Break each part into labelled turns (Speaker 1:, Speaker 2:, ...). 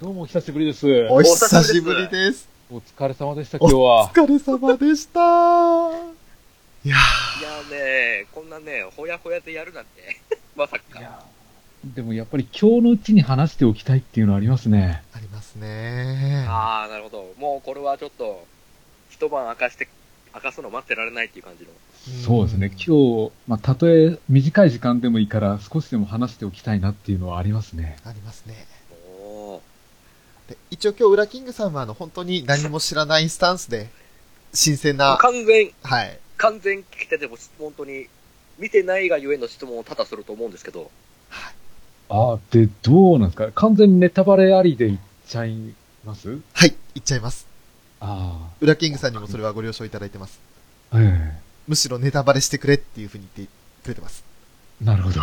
Speaker 1: どうもお久しぶりです。
Speaker 2: お久しぶりです。
Speaker 1: お疲れ様でした、今日は。
Speaker 2: 疲れ様でした。いや
Speaker 3: いやね、こんなね、ほやほやでやるなんて、 まさ
Speaker 1: い
Speaker 3: か。
Speaker 1: やでもやっぱり今日のうちに話しておきたいっていうのはありますね。
Speaker 2: ー、ありますね。
Speaker 3: ああ、なるほど。もうこれはちょっと、一晩明かして、明かすの待ってられないっていう感じの。
Speaker 2: うん
Speaker 1: そうですね。今日、まあ、たとえ短い時間でもいいから少しでも話しておきたいなっていうのはありますね。
Speaker 2: ありますね。
Speaker 3: おー
Speaker 2: で一応今日、ウラキングさんは、あの、本当に何も知らないスタンスで、新鮮な、
Speaker 3: 完全、
Speaker 2: はい。
Speaker 3: 完全聞き手でも本当に、見てないがゆえの質問を多々すると思うんですけど、
Speaker 1: ああ、で、どうなんですか完全にネタバレありでいっちゃいます
Speaker 2: はい、言っちゃいます。
Speaker 1: あ
Speaker 2: ウラキングさんにもそれはご了承いただいてます。
Speaker 1: あ、え
Speaker 2: むしろネタバレしてくれっていうふうに言ってくれてます。
Speaker 1: えなるほど。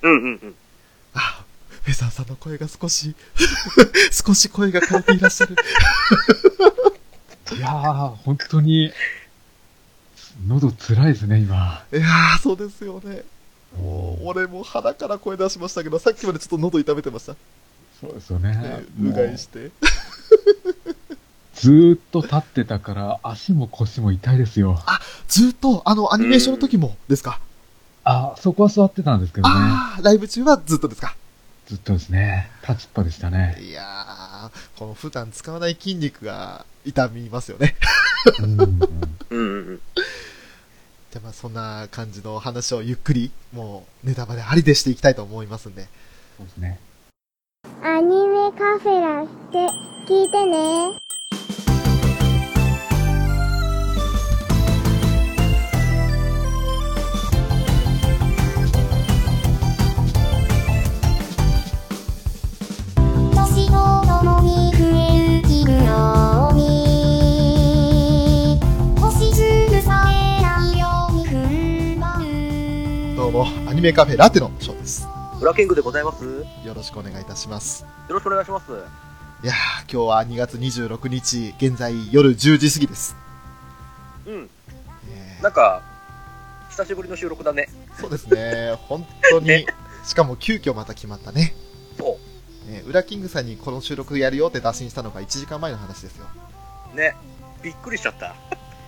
Speaker 3: うんうんうん。
Speaker 2: あー、フェザーさんの声が少し、 少し声が変えていらっしゃる。
Speaker 1: いやー、本当に、 喉辛いですね、今。
Speaker 2: いやー、そうですよね。もう、俺も鼻から声出しましたけど、さっきまでちょっと喉痛めてました。
Speaker 1: そうですよね
Speaker 2: ね。うがいして。
Speaker 1: ずーっと立ってたから、足も腰も痛いですよ。
Speaker 2: ずっと、あの、アニメーションの時もですか
Speaker 1: あ、そこは座ってたんですけどね。
Speaker 2: あー、ライブ中はずっとですか
Speaker 1: ずっとですね。立ちっぱでしたね。
Speaker 2: いやー、この普段使わない筋肉が痛みますよね。
Speaker 1: うんうん
Speaker 3: うんうんうん。
Speaker 2: じゃあまあそんな感じの話をゆっくり、もうネタバレありでしていきたいと思いますんで。
Speaker 1: そうですね。
Speaker 4: アニメカフェラって聞いてね。年と共に増える気分のに星しつぶされないように踏ん張る
Speaker 2: どうも、アニメカフェラテのショーです。
Speaker 3: ブラキングでございます。よ
Speaker 2: よろしくお願いいたします。
Speaker 3: ろしくお願いします。
Speaker 2: いやー、今日は2月26日、現在夜10時過ぎです。
Speaker 3: うん。
Speaker 2: えー
Speaker 3: なんか、久しぶりの収録だね。
Speaker 2: そうですね、本当に
Speaker 3: ね、
Speaker 2: しかも急遽また決まったね。
Speaker 3: そ
Speaker 2: えー、ウラキングさんにこの収録やるよって打診したのが1時間前の話ですよ。
Speaker 3: う。ね。びっくりしちゃった。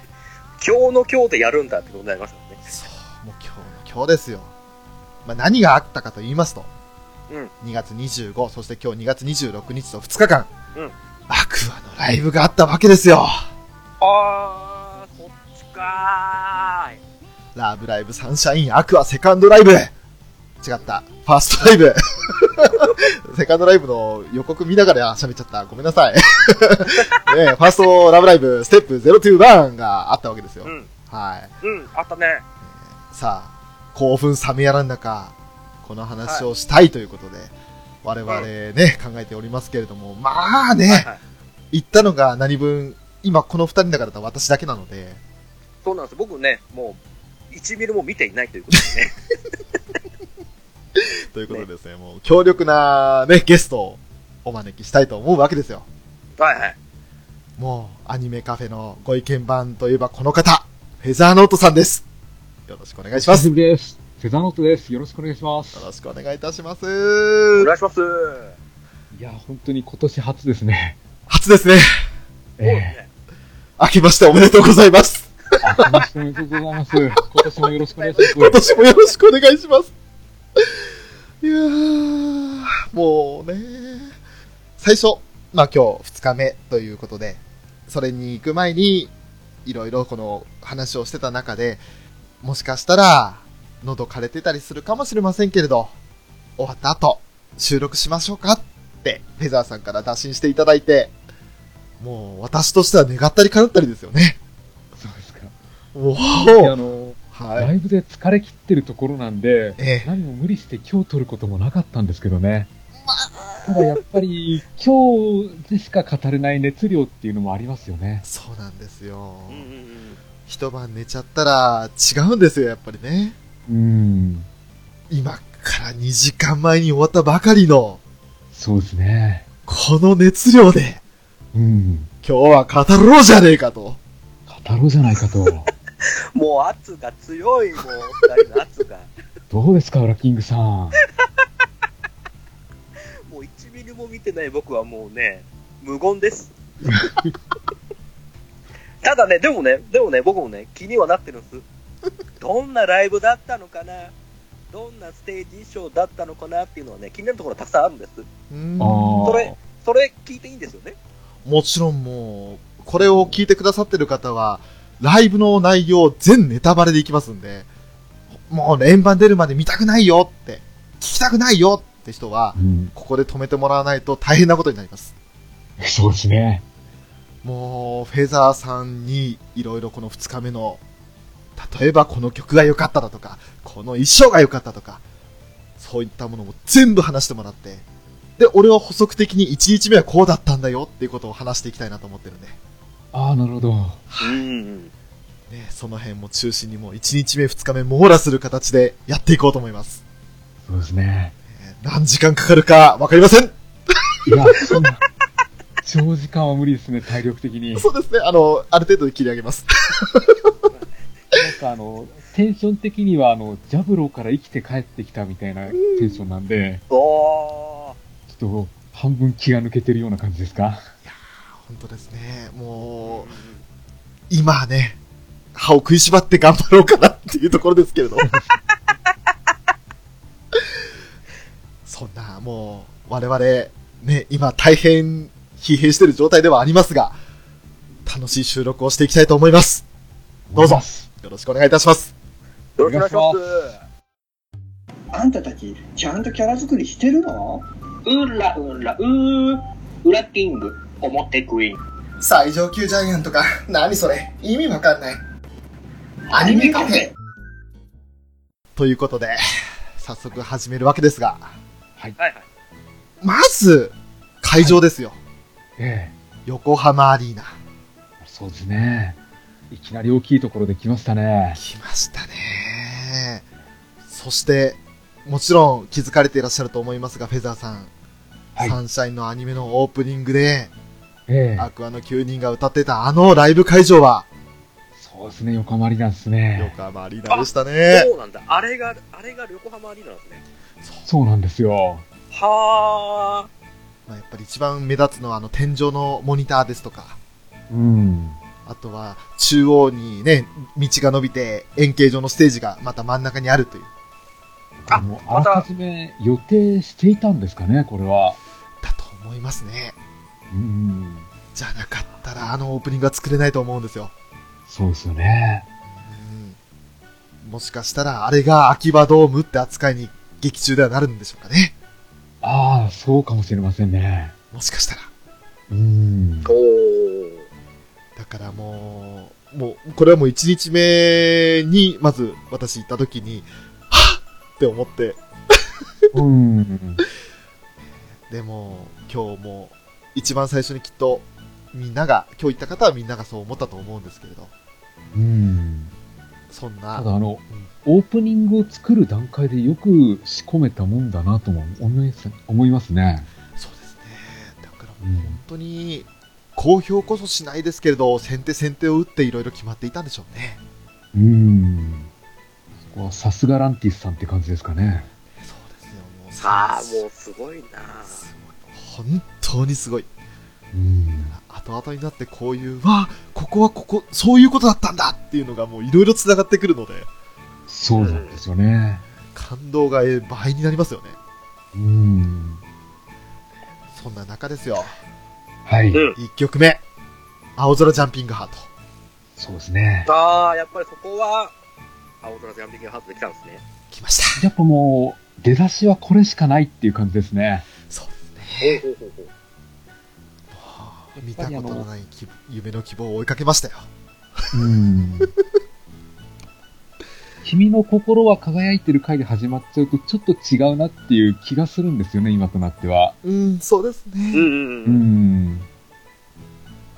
Speaker 3: 今日の今日でやるんだってことになりましたもんね。
Speaker 2: そう、もう今日の今日ですよ。まあ、何があったかと言いますと、
Speaker 3: うん
Speaker 2: 2月25、そして今日2月26日と2日間、
Speaker 3: うん
Speaker 2: アクアのライブがあったわけですよ。
Speaker 3: あー、そっちかーい。
Speaker 2: ラブライブサンシャインアクアセカンドライブ違った。ファーストライブ セカンドライブの予告見ながら喋っちゃった。ごめんなさい。ね えファーストラブライブステップ021があったわけですよ。
Speaker 3: うん、
Speaker 2: はい。
Speaker 3: うん、あったね。
Speaker 2: さあ、興奮冷めやらん中、この話をしたいということで、我々ね、考えておりますけれども、まあね、
Speaker 3: はいはい。
Speaker 2: 言ったのが何分、今この二人の中だと私だけなので、
Speaker 3: そうなんです。僕ね、もう、1ミリも見ていないということですね。
Speaker 2: ということでですね、もう強力なね、ゲストをお招きしたいと思うわけですよ。
Speaker 3: はいはい。
Speaker 2: もう、アニメカフェのご意見番といえばこの方、フェザーノートさんです。よろしくお願いしま
Speaker 1: 久
Speaker 2: す。
Speaker 1: し
Speaker 2: よ
Speaker 1: ぶりです。セザーノートです。よろしくお願いします。
Speaker 2: ろしくお願いいたします。
Speaker 3: お願いします。
Speaker 1: いや、本当に今年初ですね。
Speaker 2: 初ですね。
Speaker 3: そうです
Speaker 1: え
Speaker 3: ね。
Speaker 2: 明けましておめでとうございます。
Speaker 1: えー。明けましておめでとうございます。今年もよろしくお願いし
Speaker 2: 今
Speaker 1: ます。
Speaker 2: 年もよろしくお願いします。いやー、もうね、最初、まあ今日2日目ということで、それに行く前に、いろいろこの話をしてた中で、もしかしたら、喉枯れてたりするかもしれませんけれど、終わった後、収録しましょうかって、フェザーさんから打診していただいて、もう私としては願ったり叶ったりですよね。
Speaker 1: そうですか。
Speaker 2: おお
Speaker 1: であの、
Speaker 2: は
Speaker 1: ラ
Speaker 2: い。
Speaker 1: イブで疲れ切ってるところなんで、
Speaker 2: ええ
Speaker 1: 何も無理して今日撮ることもなかったんですけどね。ただやっぱり、今日でしか語れない熱量っていうのもありますよね。
Speaker 2: そうなんですよ。
Speaker 3: うんうんうん。
Speaker 2: 一晩寝ちゃったら違うんですよ、やっぱりね。
Speaker 1: うん。
Speaker 2: 今から2時間前に終わったばかりの、
Speaker 1: そうですね。
Speaker 2: この熱量で、
Speaker 1: うん。
Speaker 2: 今日は語ろうじゃねえかと。
Speaker 1: 語ろうじゃないかと。
Speaker 3: もう圧が強い、もう、二人の圧が。
Speaker 1: どうですか、ウラキングさん。
Speaker 3: もう1ミリもも見てない僕はもうね、無言です。ただね、でもね、でもね、僕もね、気にはなってるんです。どんなライブだったのかなどんなステージ衣装だったのかなっていうのはね、気になるところたくさんあるんです。
Speaker 2: うーん
Speaker 1: あー
Speaker 3: それ、それ聞いていいんですよね。
Speaker 2: もちろんもう、これを聞いてくださってる方は、ライブの内容全ネタバレでいきますんで、もう連番出るまで見たくないよって、聞きたくないよって人は
Speaker 1: う、ん。
Speaker 2: ここで止めてもらわないと大変なことになります。
Speaker 1: そうですね。
Speaker 2: もう、フェザーさんに、いろいろこの2日目の、例えばこの曲が良かっただとか、この衣装が良かったとか、そういったものも全部話してもらって、で、俺は補足的に1日目はこうだったんだよっていうことを話していきたいなと思ってるんで。
Speaker 1: ああ、なるほど。
Speaker 3: うん。
Speaker 2: ね、その辺も中心にもう1日目2日目網羅する形でやっていこうと思います。
Speaker 1: そうですね。
Speaker 2: ね何時間かかるかわかりません
Speaker 1: いや、そんな、長時間は無理ですね、体力的に。
Speaker 2: そうですね、あの、ある程度で切り上げます。
Speaker 1: なんかあの、テンション的には、あの、ジャブローから生きて帰ってきたみたいなテンションなんで、
Speaker 3: おー。
Speaker 1: ちょっと、半分気が抜けてるような感じですか
Speaker 2: 本当ですね、もう、今ね、歯を食いしばって頑張ろうかなっていうところですけれど。 そんな、もう、我々、ね、今大変疲弊してる状態ではありますが、楽しい収録をしていきたいと思います。どうぞよろしくお願いいたします。
Speaker 3: よろしくお願いします。
Speaker 5: あんたたち、ちゃんとキャラ作りしてるのうらうらうー、ウラキング、表クイーン。
Speaker 6: 最上級ジャイアントか。何それ意味わかんない。アニメカフェ
Speaker 2: ということで、早速始めるわけですが、
Speaker 3: はいはい。
Speaker 2: まず、会場ですよ。
Speaker 1: え
Speaker 2: 横浜アリーナ。
Speaker 1: え、そうですね。いきなり大きいところで来ましたね。
Speaker 2: 来ましたね。そして、もちろん気づかれていらっしゃると思いますが、フェザーさん。
Speaker 1: はい
Speaker 2: サンシャインのアニメのオープニングで、
Speaker 1: ええ、
Speaker 2: アクアの9人が歌ってたあのライブ会場は、
Speaker 1: そうですね、横浜アリーナですね。
Speaker 2: 横浜アリーナでしたね。
Speaker 3: そうなんだ。あれが、あれが横浜アリーナなんですね。
Speaker 1: そうなんですよ。
Speaker 3: は
Speaker 2: まあ、やっぱり一番目立つのはあの天井のモニターですとか、
Speaker 1: うん。
Speaker 2: あとは中央にね、道が伸びて円形状のステージがまた真ん中にあるという。
Speaker 3: あ
Speaker 1: あの、あ
Speaker 3: また
Speaker 1: らかじめ予定していたんですかね、これは。
Speaker 2: だと思いますね。
Speaker 1: うん。
Speaker 2: じゃなかったらあのオープニングは作れないと思うんですよ。
Speaker 1: そうですよね。
Speaker 2: うん、もしかしたらあれが秋葉ドームって扱いに劇中ではなるんでしょうかね。
Speaker 1: ああ、そうかもしれませんね。
Speaker 2: もしかしたら。
Speaker 1: うん。
Speaker 3: ー。おー。
Speaker 2: だからもう、もう、これはもう1日目に、まず私行った時に、はっって思って、
Speaker 1: うん。
Speaker 2: でも今日も一番最初にきっとみんなが、今日行った方はみんながそう思ったと思うんですけれど、
Speaker 1: うん。
Speaker 2: そん
Speaker 1: た
Speaker 2: な、
Speaker 1: だあの、オープニングを作る段階でよく仕込めたもんだなとも思います思いますね。
Speaker 2: そうですね。だからもう
Speaker 1: うん
Speaker 2: 本当に、公表こそしないですけれど、先手先手を打っていろいろ決まっていたんでしょうね。
Speaker 1: うん。そこはさすがランティスさんって感じですかね。
Speaker 2: そうですよ、もう。
Speaker 3: あー、もうすごいなー
Speaker 2: すごい。本当にすごい。
Speaker 1: うん。
Speaker 2: 後々になってこういう、わあ、ここはここ、そういうことだったんだっていうのがもういろいろ繋がってくるので、
Speaker 1: そうなんですよね。
Speaker 2: 感動がえ倍になりますよね。
Speaker 1: うん。
Speaker 2: そんな中ですよ。
Speaker 1: はい。
Speaker 3: うん
Speaker 2: 1曲目。青空ジャンピングハート。
Speaker 1: そうですね。
Speaker 3: あー、やっぱりそこは、青空ジャンピングハートできたんですね。
Speaker 2: 来ました。
Speaker 1: やっぱもう、出だしはこれしかないっていう感じですね。
Speaker 2: そうですね。
Speaker 3: ほうほうほうほう
Speaker 2: 見たことのない希夢の希望を追いかけましたよ。
Speaker 1: うん。君の心は輝いてる回で始まっちゃうとちょっと違うなっていう気がするんですよね、今となっては。
Speaker 2: うん、そうです
Speaker 3: う
Speaker 2: ね。
Speaker 3: んうん
Speaker 1: う
Speaker 3: うん。
Speaker 1: ん。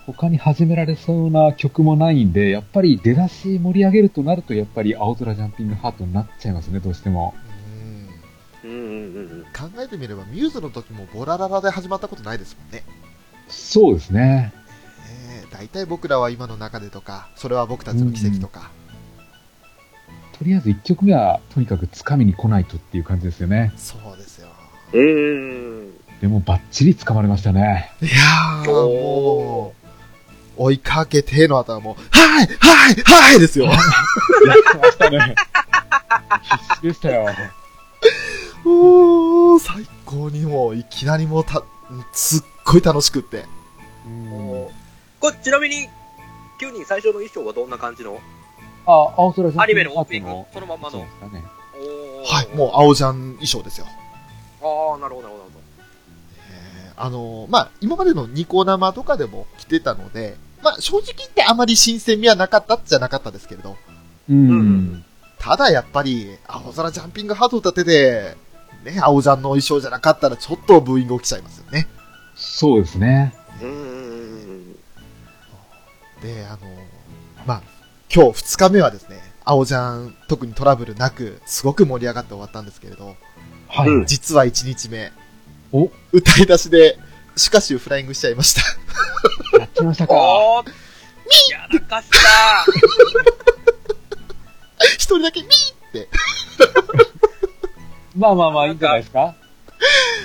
Speaker 1: 他に始められそうな曲もないんで、やっぱり出だし盛り上げるとなると、やっぱり青空ジャンピングハートになっちゃいますね、どうしても。
Speaker 2: うん
Speaker 3: うんうんうんうん。
Speaker 2: 考えてみれば、ミューズの時もボラララで始まったことないですもんね。
Speaker 1: そうですね。
Speaker 2: ねえ大体僕らは今の中でとか、それは僕たちの奇跡とか、
Speaker 1: とりあえず1曲目は、とにかく掴みに来ないとっていう感じですよね。
Speaker 2: そうですよ。
Speaker 3: うんうんうん。
Speaker 1: でもバッチリ捕まりましたね。
Speaker 2: いやー、もう、追いかけての後はもう、はいはいはいですよ。
Speaker 1: やってましたね。必死でしたよ。
Speaker 2: おー最高にもう、いきなりもうた、すっごい楽しくって。
Speaker 1: うん
Speaker 3: おーこれちなみに、9人最初の衣装はどんな感じの
Speaker 1: あ、青空ジャンピング
Speaker 3: アニメのオープニング
Speaker 1: ハー、
Speaker 3: そのまんま
Speaker 1: トそう
Speaker 3: の
Speaker 1: で。すかね。
Speaker 2: はい、もう青ジャン衣装ですよ。
Speaker 3: う。ああ、なるほど、なるほど。
Speaker 2: えーあのーまあ、今までのニコ生とかでも来てたので、まあ、正直言ってあまり新鮮味はなかったっちゃなかったですけれど、
Speaker 1: うん。
Speaker 3: うん
Speaker 2: ただやっぱり、青空ジャンピングハート歌ってて、ね、青ジャンの衣装じゃなかったらちょっとブーイング起きちゃいますよね。
Speaker 1: そうですね。
Speaker 3: うんうんうんうん。
Speaker 2: で、あのーまあ、今日2日目はですね、青ジャン特にトラブルなく、すごく盛り上がって終わったんですけれど、
Speaker 1: はい。
Speaker 3: うん
Speaker 2: 実は1日目、
Speaker 1: お
Speaker 2: 歌い出しで、シュカシュフライングしちゃいました。
Speaker 1: やってま したか。
Speaker 3: おーやらかした
Speaker 2: 一人だけミー
Speaker 1: まあまあまあ、いいんじゃないですか。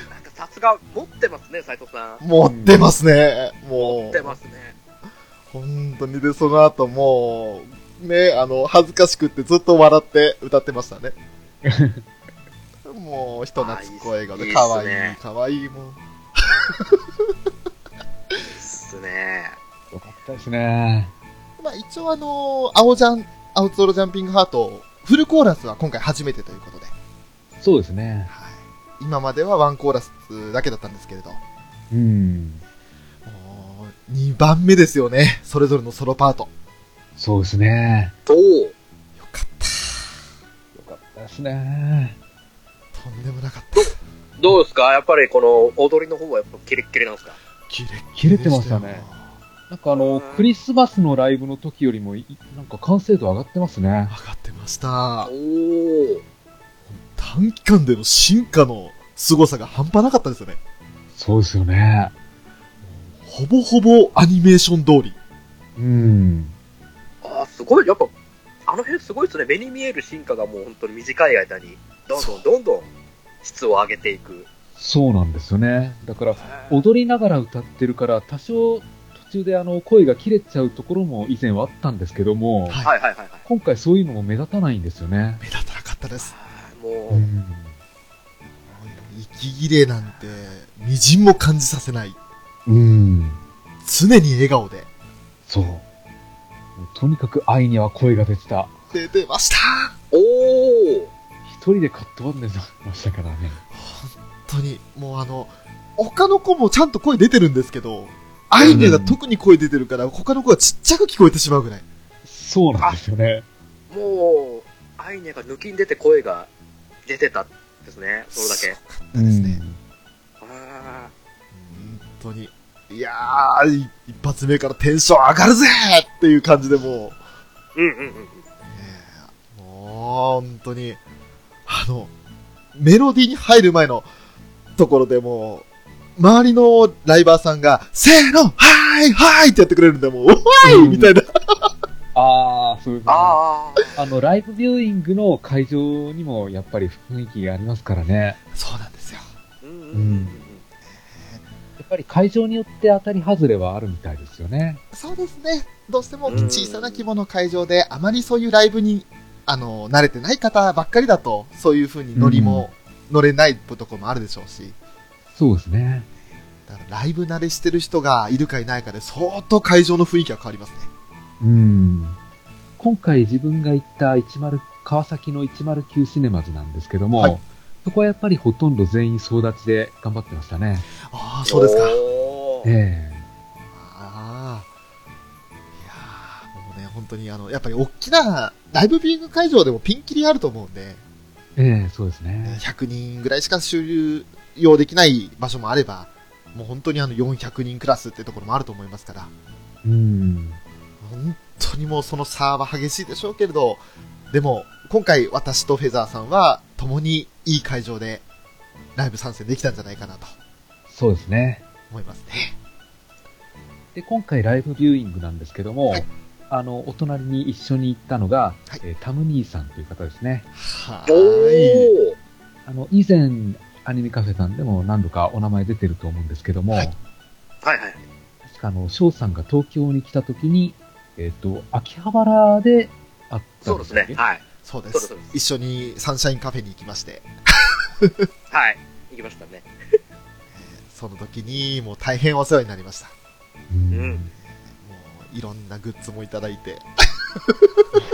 Speaker 3: なんかさすが持ってますね、斉藤さん。
Speaker 2: 持ってますね。もう。
Speaker 3: 持ってますね。
Speaker 2: 本当にで、その後もう、ね、あの、恥ずかしくってずっと笑って歌ってましたね。もう、人懐っこい笑顔
Speaker 3: あーい
Speaker 2: で、
Speaker 3: い
Speaker 2: かわい
Speaker 3: いい
Speaker 2: い、かわいい、
Speaker 3: っすね
Speaker 2: もう。
Speaker 3: ですね。
Speaker 1: よかったですね。
Speaker 2: まあ、一応あの、青ジャン、青ゾロジャンピングハート、フルコーラスは今回初めてということで、
Speaker 1: そうですね。
Speaker 2: はい、今まではワンコーラスだけだったんですけれど、
Speaker 1: うん。
Speaker 2: もう、2番目ですよね、それぞれのソロパート。
Speaker 1: そうですね。
Speaker 3: どう
Speaker 2: よかっ
Speaker 1: よかったですね。
Speaker 2: た。とんでもなかった。
Speaker 3: どうですかやっぱりこの踊りの方はやっぱキレッキレなんですか
Speaker 2: キレッ
Speaker 1: 切
Speaker 2: キ
Speaker 1: れ
Speaker 2: レ
Speaker 1: て
Speaker 2: で
Speaker 1: ま
Speaker 2: し
Speaker 1: したた
Speaker 2: よ
Speaker 1: ね。なんかあの、クリスマスのライブの時よりもい、なんか完成度上がってますね。
Speaker 2: 上がってました。
Speaker 3: おお。
Speaker 2: 短期間での進化の凄さが半端なかったですよね。
Speaker 1: そうですよね。
Speaker 2: ほぼほぼアニメーション通り。
Speaker 1: うん。
Speaker 3: ああ、すごい。やっぱ、あの辺すごいですね。目に見える進化がもう本当に短い間に、どんどんどんどん質を上げていく。
Speaker 1: そうなんですよね。だから、踊りながら歌ってるから、多少途中であの、声が切れちゃうところも以前はあったんですけども、
Speaker 2: はい
Speaker 3: はいはいはいはい。
Speaker 1: 今回そういうのも目立たないんですよね。
Speaker 2: 目立たなかったです。
Speaker 3: もう、
Speaker 1: ん。
Speaker 2: 息切れなんて、微塵も感じさせない。
Speaker 1: うん。
Speaker 2: 常に笑顔で。
Speaker 1: そう。もうとにかく愛には声が出てた。
Speaker 2: 出てました
Speaker 3: おお。
Speaker 1: 一人でカットバンでましたからね。
Speaker 2: 本当に、もうあの、他の子もちゃんと声出てるんですけど、アイネが特に声出てるから、他の子はちっちゃく聞こえてしまうぐらい。
Speaker 1: そうなんですよね。
Speaker 3: もう、アイネが抜きに出て声が出てたんですね、それだけ。
Speaker 2: すごかったですね。
Speaker 3: あ
Speaker 2: 本当に。いやー、い一発目からテンション上がるぜっていう感じでもう、
Speaker 3: ーうんうんうん。
Speaker 2: ねえもう、本当に、あの、メロディーに入る前のところでもう、周りのライバーさんが、せーの、はーい、はーいってやってくれるんで、もう、おーいみたいな。
Speaker 1: ああ、そうですね。あ
Speaker 3: ああ。
Speaker 1: の、ライブビューイングの会場にもやっぱり雰囲気がありますからね。
Speaker 2: そうなんですよ。
Speaker 3: うんうん
Speaker 1: う
Speaker 3: うん
Speaker 1: んやっぱり会場によって当たり外れはあるみたいですよね。
Speaker 2: そうですね。どうしても
Speaker 3: うん
Speaker 2: 小さな規模の会場で、あまりそういうライブに、あの、慣れてない方ばっかりだと、そういう風にノリも、乗れないとこもあるでしょうし、
Speaker 1: そうですね。
Speaker 2: だからライブ慣れしてる人がいるかいないかで、相当会場の雰囲気は変わりますね。
Speaker 1: うん。今回自分が行った10、川崎の109シネマズなんですけども、
Speaker 2: はい
Speaker 1: そこはやっぱりほとんど全員総立ちで頑張ってましたね。
Speaker 2: ああ、そうですか。
Speaker 3: おー
Speaker 1: ええ
Speaker 2: ああ。いやーもうね、本当にあの、やっぱり大きなライブビューイング会場でもピンキリあると思うんで、
Speaker 1: ええそうですね。
Speaker 2: 100人ぐらいしか収容できない場所もあれば、もう本当にあの400人クラスってところもあると思いますから、
Speaker 1: うん。
Speaker 2: 本当にもうその差は激しいでしょうけれど、でも、今回私とフェザーさんは、共にいい会場でライブ参戦できたんじゃないかなと
Speaker 1: そうですね。
Speaker 2: 思いますね。
Speaker 1: で、今回ライブビューイングなんですけども、
Speaker 2: はい
Speaker 1: あの、お隣に一緒に行ったのが、
Speaker 2: はい
Speaker 1: えータム兄さんという方ですね。
Speaker 2: は
Speaker 3: お
Speaker 2: ーい。
Speaker 3: ー
Speaker 1: あの、以前、アニメカフェさんでも何度かお名前出てると思うんですけども、
Speaker 2: はい
Speaker 3: はいはい。
Speaker 1: 確かあの、翔さんが東京に来た時に、えっ、と、秋葉原で会った
Speaker 3: そ
Speaker 1: ん
Speaker 3: うです
Speaker 1: よね
Speaker 3: ね。はい。
Speaker 2: そうで
Speaker 3: そう
Speaker 2: す
Speaker 3: ですそうで。
Speaker 2: 一緒にサンシャインカフェに行きまして、
Speaker 3: はい。行きましたね。
Speaker 2: その時にもう大変お世話になりました。も
Speaker 1: うん
Speaker 3: うん
Speaker 2: ういろんなグッズもいただいて、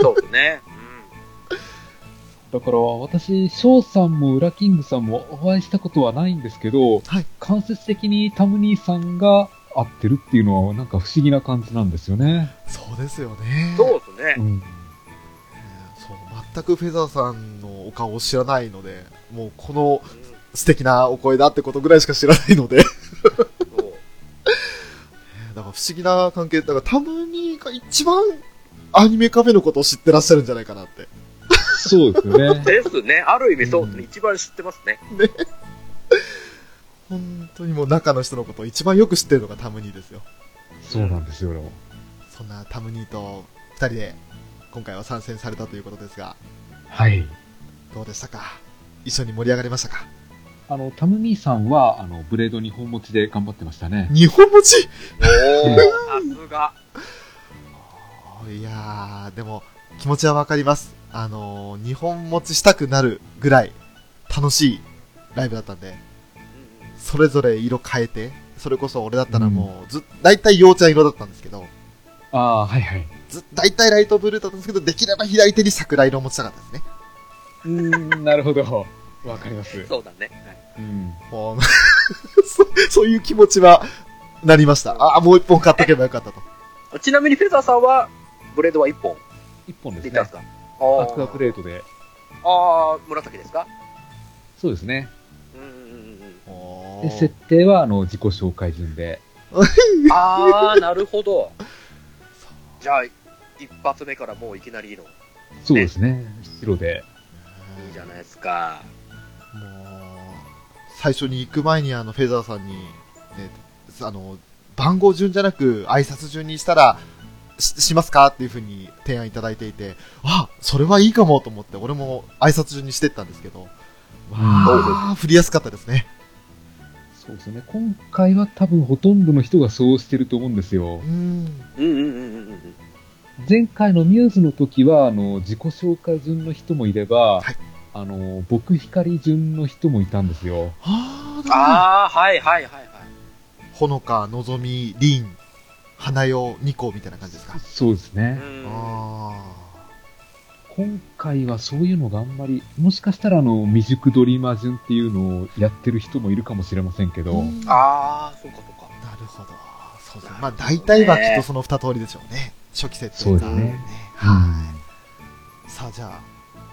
Speaker 3: そうね。うん。
Speaker 1: だから、私、翔さんも裏キングさんもお会いしたことはないんですけど、
Speaker 2: はい
Speaker 1: 間接的にタム兄さんが会ってるっていうのは、なんか不思議な感じなんですよね。
Speaker 2: そうですよね。
Speaker 3: そうですね
Speaker 1: う。ん。
Speaker 2: そう全くフェザーさんのお顔を知らないので、もうこの
Speaker 3: うん
Speaker 2: 素敵なお声だってことぐらいしか知らないの で、
Speaker 3: そう。
Speaker 2: だから不思議な関係、だからタムニーが一番アニメカフェのことを知ってらっしゃるんじゃないかなって。
Speaker 1: そうですよね
Speaker 3: ですね。ある意味そうです
Speaker 2: うん
Speaker 3: ね。一番知ってますね。
Speaker 2: 本当にもう中の人のことを一番よく知ってるのがタムニーですよ。
Speaker 1: そうなんですよ。
Speaker 2: そんなタムニーと二人で今回は参戦されたということですが、
Speaker 1: はい。
Speaker 2: どうでしたか一緒に盛り上がりましたか
Speaker 1: あの、タム兄さんは、あの、ブレード2本持ちで頑張ってましたね。
Speaker 2: 日本持ち
Speaker 3: おー、さすが。
Speaker 2: いやー、でも気持ちはわかります。あのー、日本持ちしたくなるぐらい楽しいライブだったんで、
Speaker 3: うん
Speaker 2: それぞれ色変えて、それこそ俺だったらもうずっ、大体陽ちゃん色だったんですけど、
Speaker 1: ああ、はいはい。
Speaker 2: ず大体ライトブルーだったんですけど、できれば左手に桜色を持ちたかったですね。
Speaker 1: うーん、なるほど。わかります
Speaker 3: うん。そうだね。は
Speaker 1: う
Speaker 3: い
Speaker 1: ん。
Speaker 2: もう、 そそういう気持ちは、なりました。ああ、もう一本買っとけばよかったと。
Speaker 3: ちなみにフェザーさんは、ブレードは1本
Speaker 1: 一本で
Speaker 3: 出
Speaker 1: す
Speaker 3: た
Speaker 1: ね
Speaker 3: んです。か
Speaker 1: ア
Speaker 3: あ
Speaker 1: クアプレートで。
Speaker 3: あー、紫ですか
Speaker 1: そうですね。
Speaker 3: うんうんうん
Speaker 2: お
Speaker 1: で、設定は、あの、自己紹介順で。
Speaker 3: うん。あー、なるほど。 じゃあ、一発目からもういきなりの。
Speaker 1: そうですね。白で。
Speaker 3: いいじゃないですか。
Speaker 2: もう、最初に行く前にあの、フェザーさんに、ね、あの、番号順じゃなく挨拶順にしたら、ししますかっていうふうに提案いただいていて、あ、それはいいかもと思って、俺も挨拶順にしてったんですけど、ああ、振りやすかったですね。
Speaker 1: そうですね。今回は多分ほとんどの人がそうしてると思うんですよ
Speaker 2: う。ん。
Speaker 3: うんうんうんうんうん。
Speaker 1: 前回のミューズの時は、あの、自己紹介順の人もいれば、
Speaker 2: はい
Speaker 1: あの、僕光順の人もいたんですよ。
Speaker 2: あーなる
Speaker 3: あー、はいはいはいはい。
Speaker 2: ほどほのか、のぞみ、りん、花代、ニコみたいな感じですか。
Speaker 1: そうですね。
Speaker 3: うん
Speaker 2: あ
Speaker 1: 今回はそういうのがあんまり、もしかしたらあの、未熟ドリーマー順っていうのをやってる人もいるかもしれませんけ
Speaker 2: ー
Speaker 1: ど、
Speaker 3: あー、そうかそうか。
Speaker 2: なるほど。そうですね。まあ大体はきっとその二通りでしょうね。初期設定
Speaker 1: そうですね
Speaker 2: はい。さあじゃあ、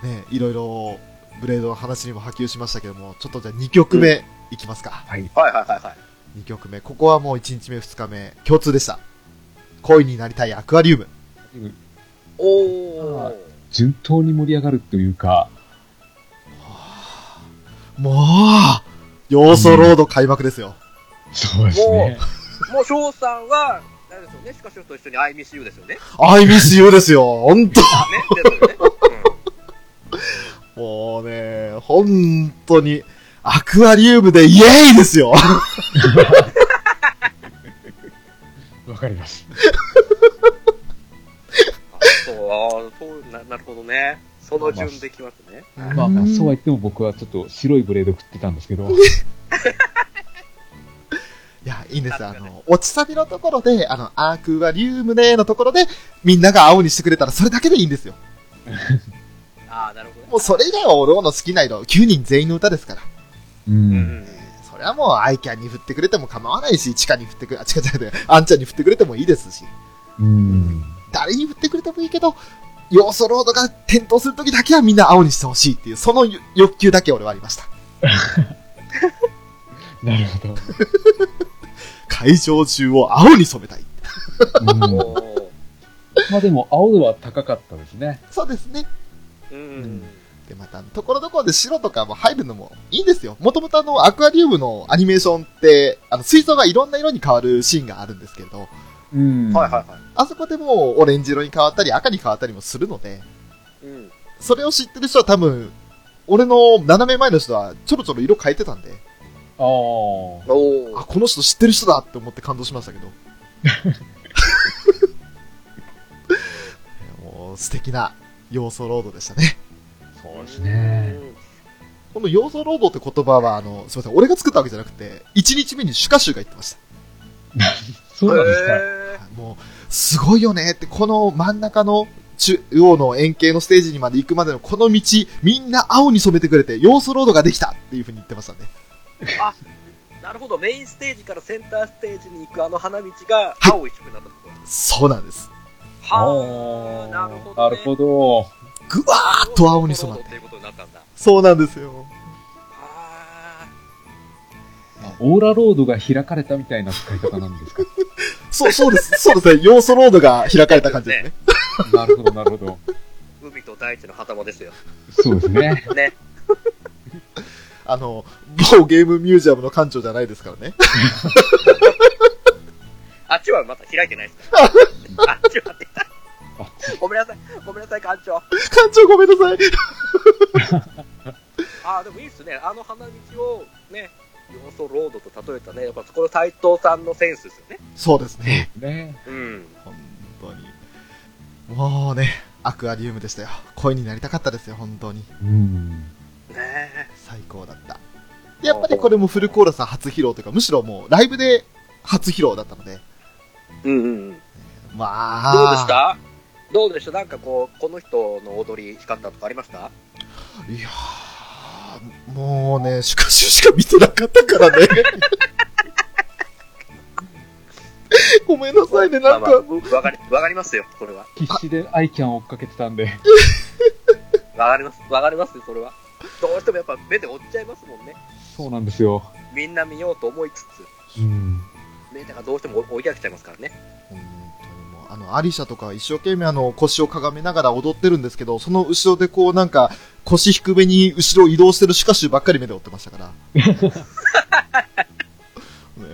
Speaker 2: ね、いろいろブレードの話にも波及しましたけども、ちょっとじゃあ2曲目いきますか。
Speaker 3: はいはいはいはい。
Speaker 2: 2曲目。ここはもう1日目2日目共通でした。恋になりたいアクアリウム。
Speaker 3: お
Speaker 1: あ
Speaker 3: ー。
Speaker 1: 順当に盛り上がるというか、
Speaker 2: もう、要素ロード開幕ですよ。
Speaker 1: そうで
Speaker 3: も。う、もう翔さんは、あれですよね、シカショと一緒に I miss you ですよね。ね、
Speaker 2: I miss you ですよ。ほんと。
Speaker 3: ですよね。
Speaker 2: もうね、ほんとに、アクアリウムでイエーイですよ。
Speaker 1: わかります。
Speaker 3: あそう、あーそうな、なるほどね。その順できますね。
Speaker 1: まあまあ、そうは言っても僕はちょっと白いブレード食ってたんですけ ど、
Speaker 2: いや、いいんです。あ
Speaker 3: 確か
Speaker 2: の、落ちサビのところで、あの、アクアリウムねのところで、みんなが青にしてくれたらそれだけでいいんですよ。
Speaker 3: ああ、なるほどね。
Speaker 2: もうそれ以外はおのおの好きな色、9人全員の歌ですから。
Speaker 1: う。
Speaker 3: うんん。
Speaker 2: それはもう、アイキャンに振ってくれても構わないし、チカに振ってくれ、あ、チカじゃなくて、アンちゃんに振ってくれてもいいですし、
Speaker 1: うん。
Speaker 2: 誰に振ってくれてもいいけど、要素ロードが点灯するときだけはみんな青にしてほしいっていう、その欲求だけ俺はありました。
Speaker 1: なるほど。
Speaker 2: 会場中を青に染めたい。
Speaker 1: うん
Speaker 3: おー
Speaker 1: まあでも、青度は高かったですね。
Speaker 2: そうですね。
Speaker 3: うん。
Speaker 2: で、また、ところどころで白とかも入るのもいいんですよ。もともとあの、アクアリウムのアニメーションって、あの、水槽がいろんな色に変わるシーンがあるんですけれど、
Speaker 1: うん
Speaker 3: はいはいは
Speaker 2: あそこでもうオレンジ色に変わったり赤に変わったりもするので、
Speaker 3: い。うん。
Speaker 2: それを知ってる人は多分、俺の斜め前の人はちょろちょろ色変えてたんで、
Speaker 1: あー。
Speaker 3: お
Speaker 2: あ、この人知ってる人だって思って感動しましたけど。もう素敵な要素ロードでしたね。
Speaker 1: そうですね。
Speaker 2: この要素ロードって言葉は、あの、すみません、俺が作ったわけじゃなくて、1日目に主歌集が言ってました。
Speaker 1: そうなんですか。
Speaker 3: へ
Speaker 2: もう、すごいよねって、この真ん中の中央の円形のステージにまで行くまでのこの道、みんな青に染めてくれて、要素ロードができたっていうふうに言ってましたね。
Speaker 3: ーあなるほどメインステージからセンターステージに行くあの花道が青い色になったところ
Speaker 2: そうなんです。
Speaker 3: はあなるほど、ね、
Speaker 1: なるほど。
Speaker 2: ぐわーっと青に染まっ。
Speaker 3: ってていうことになったんだ
Speaker 2: そうなんですよ。
Speaker 3: あ
Speaker 1: オーラロードが開かれたみたいな使い方なんですか。
Speaker 2: そう、そうです。そう ですね。要素ロードが開かれた感じですね。
Speaker 1: なるほど、なるほど。
Speaker 3: ー海と大地の狭間ですよ
Speaker 1: そうですね。
Speaker 3: ね
Speaker 2: あの、某ゲームミュージアムの館長じゃないですからね。
Speaker 3: あっちはまだ開いてないですからあっちはねごめんなさいごめんなさい館長
Speaker 2: 館長ごめんなさい。
Speaker 3: ああでもいいっすねあの花道をね要素ロードと例えたねやっぱこの斎藤さんのセンスですよね
Speaker 2: そうですね。
Speaker 1: ね。
Speaker 3: うん
Speaker 2: 本当に。もうね、アクアリウムでしたよ。恋になりたかったですよ、本当に。
Speaker 1: うん。
Speaker 3: ね
Speaker 2: 最高だった。でやっぱりこれもフルコーラスは初披露というか、むしろもうライブで初披露だったので。
Speaker 3: うんうんうん
Speaker 2: まあ。
Speaker 3: どうでしたどうでしたなんかこうこの人の踊り光ったとかありました
Speaker 2: いやー、もうね、しかししか見てなかったから ね。ごめんなさいね、なん
Speaker 3: まあ
Speaker 2: か。
Speaker 3: まあわかりわかりますよそれは
Speaker 1: 必死でアイキャンを追っかけてたんで。
Speaker 3: わかりますわかりますよそれはどうしてもやっぱ目で追っちゃいますもんね
Speaker 1: そうなんですよ。
Speaker 3: みんな見ようと思いつつ
Speaker 1: うん。
Speaker 3: メーターがどうしても追いかけちゃいますからね
Speaker 2: 本当にもうあの、アリシャとか一生懸命あの、腰をかがめながら踊ってるんですけど、その後ろでこうなんか、腰低めに後ろ移動してるシュカシュばっかり目で追ってました から。ね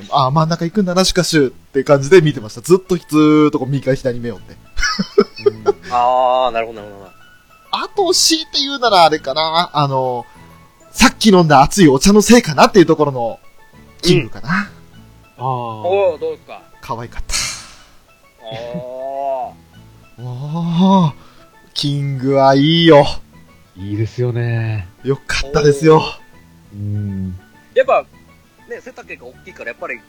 Speaker 2: あー、真ん中行くんだな、シュカシュって感じで見てました。ずっとずーっとこう右から左に目を追って。
Speaker 3: ああなるほどなるほど
Speaker 2: あと、強いて言うならあれかな、あの、さっき飲んだ熱いお茶のせいかなっていうところの、キングかな。
Speaker 1: ああ。
Speaker 3: おおどうですか
Speaker 2: 可愛かった。
Speaker 3: おー
Speaker 2: おー、キングはいいよ。
Speaker 1: いいですよね。
Speaker 2: よかったですよ。
Speaker 1: うん。
Speaker 3: やっぱね背丈が大きいからやっぱり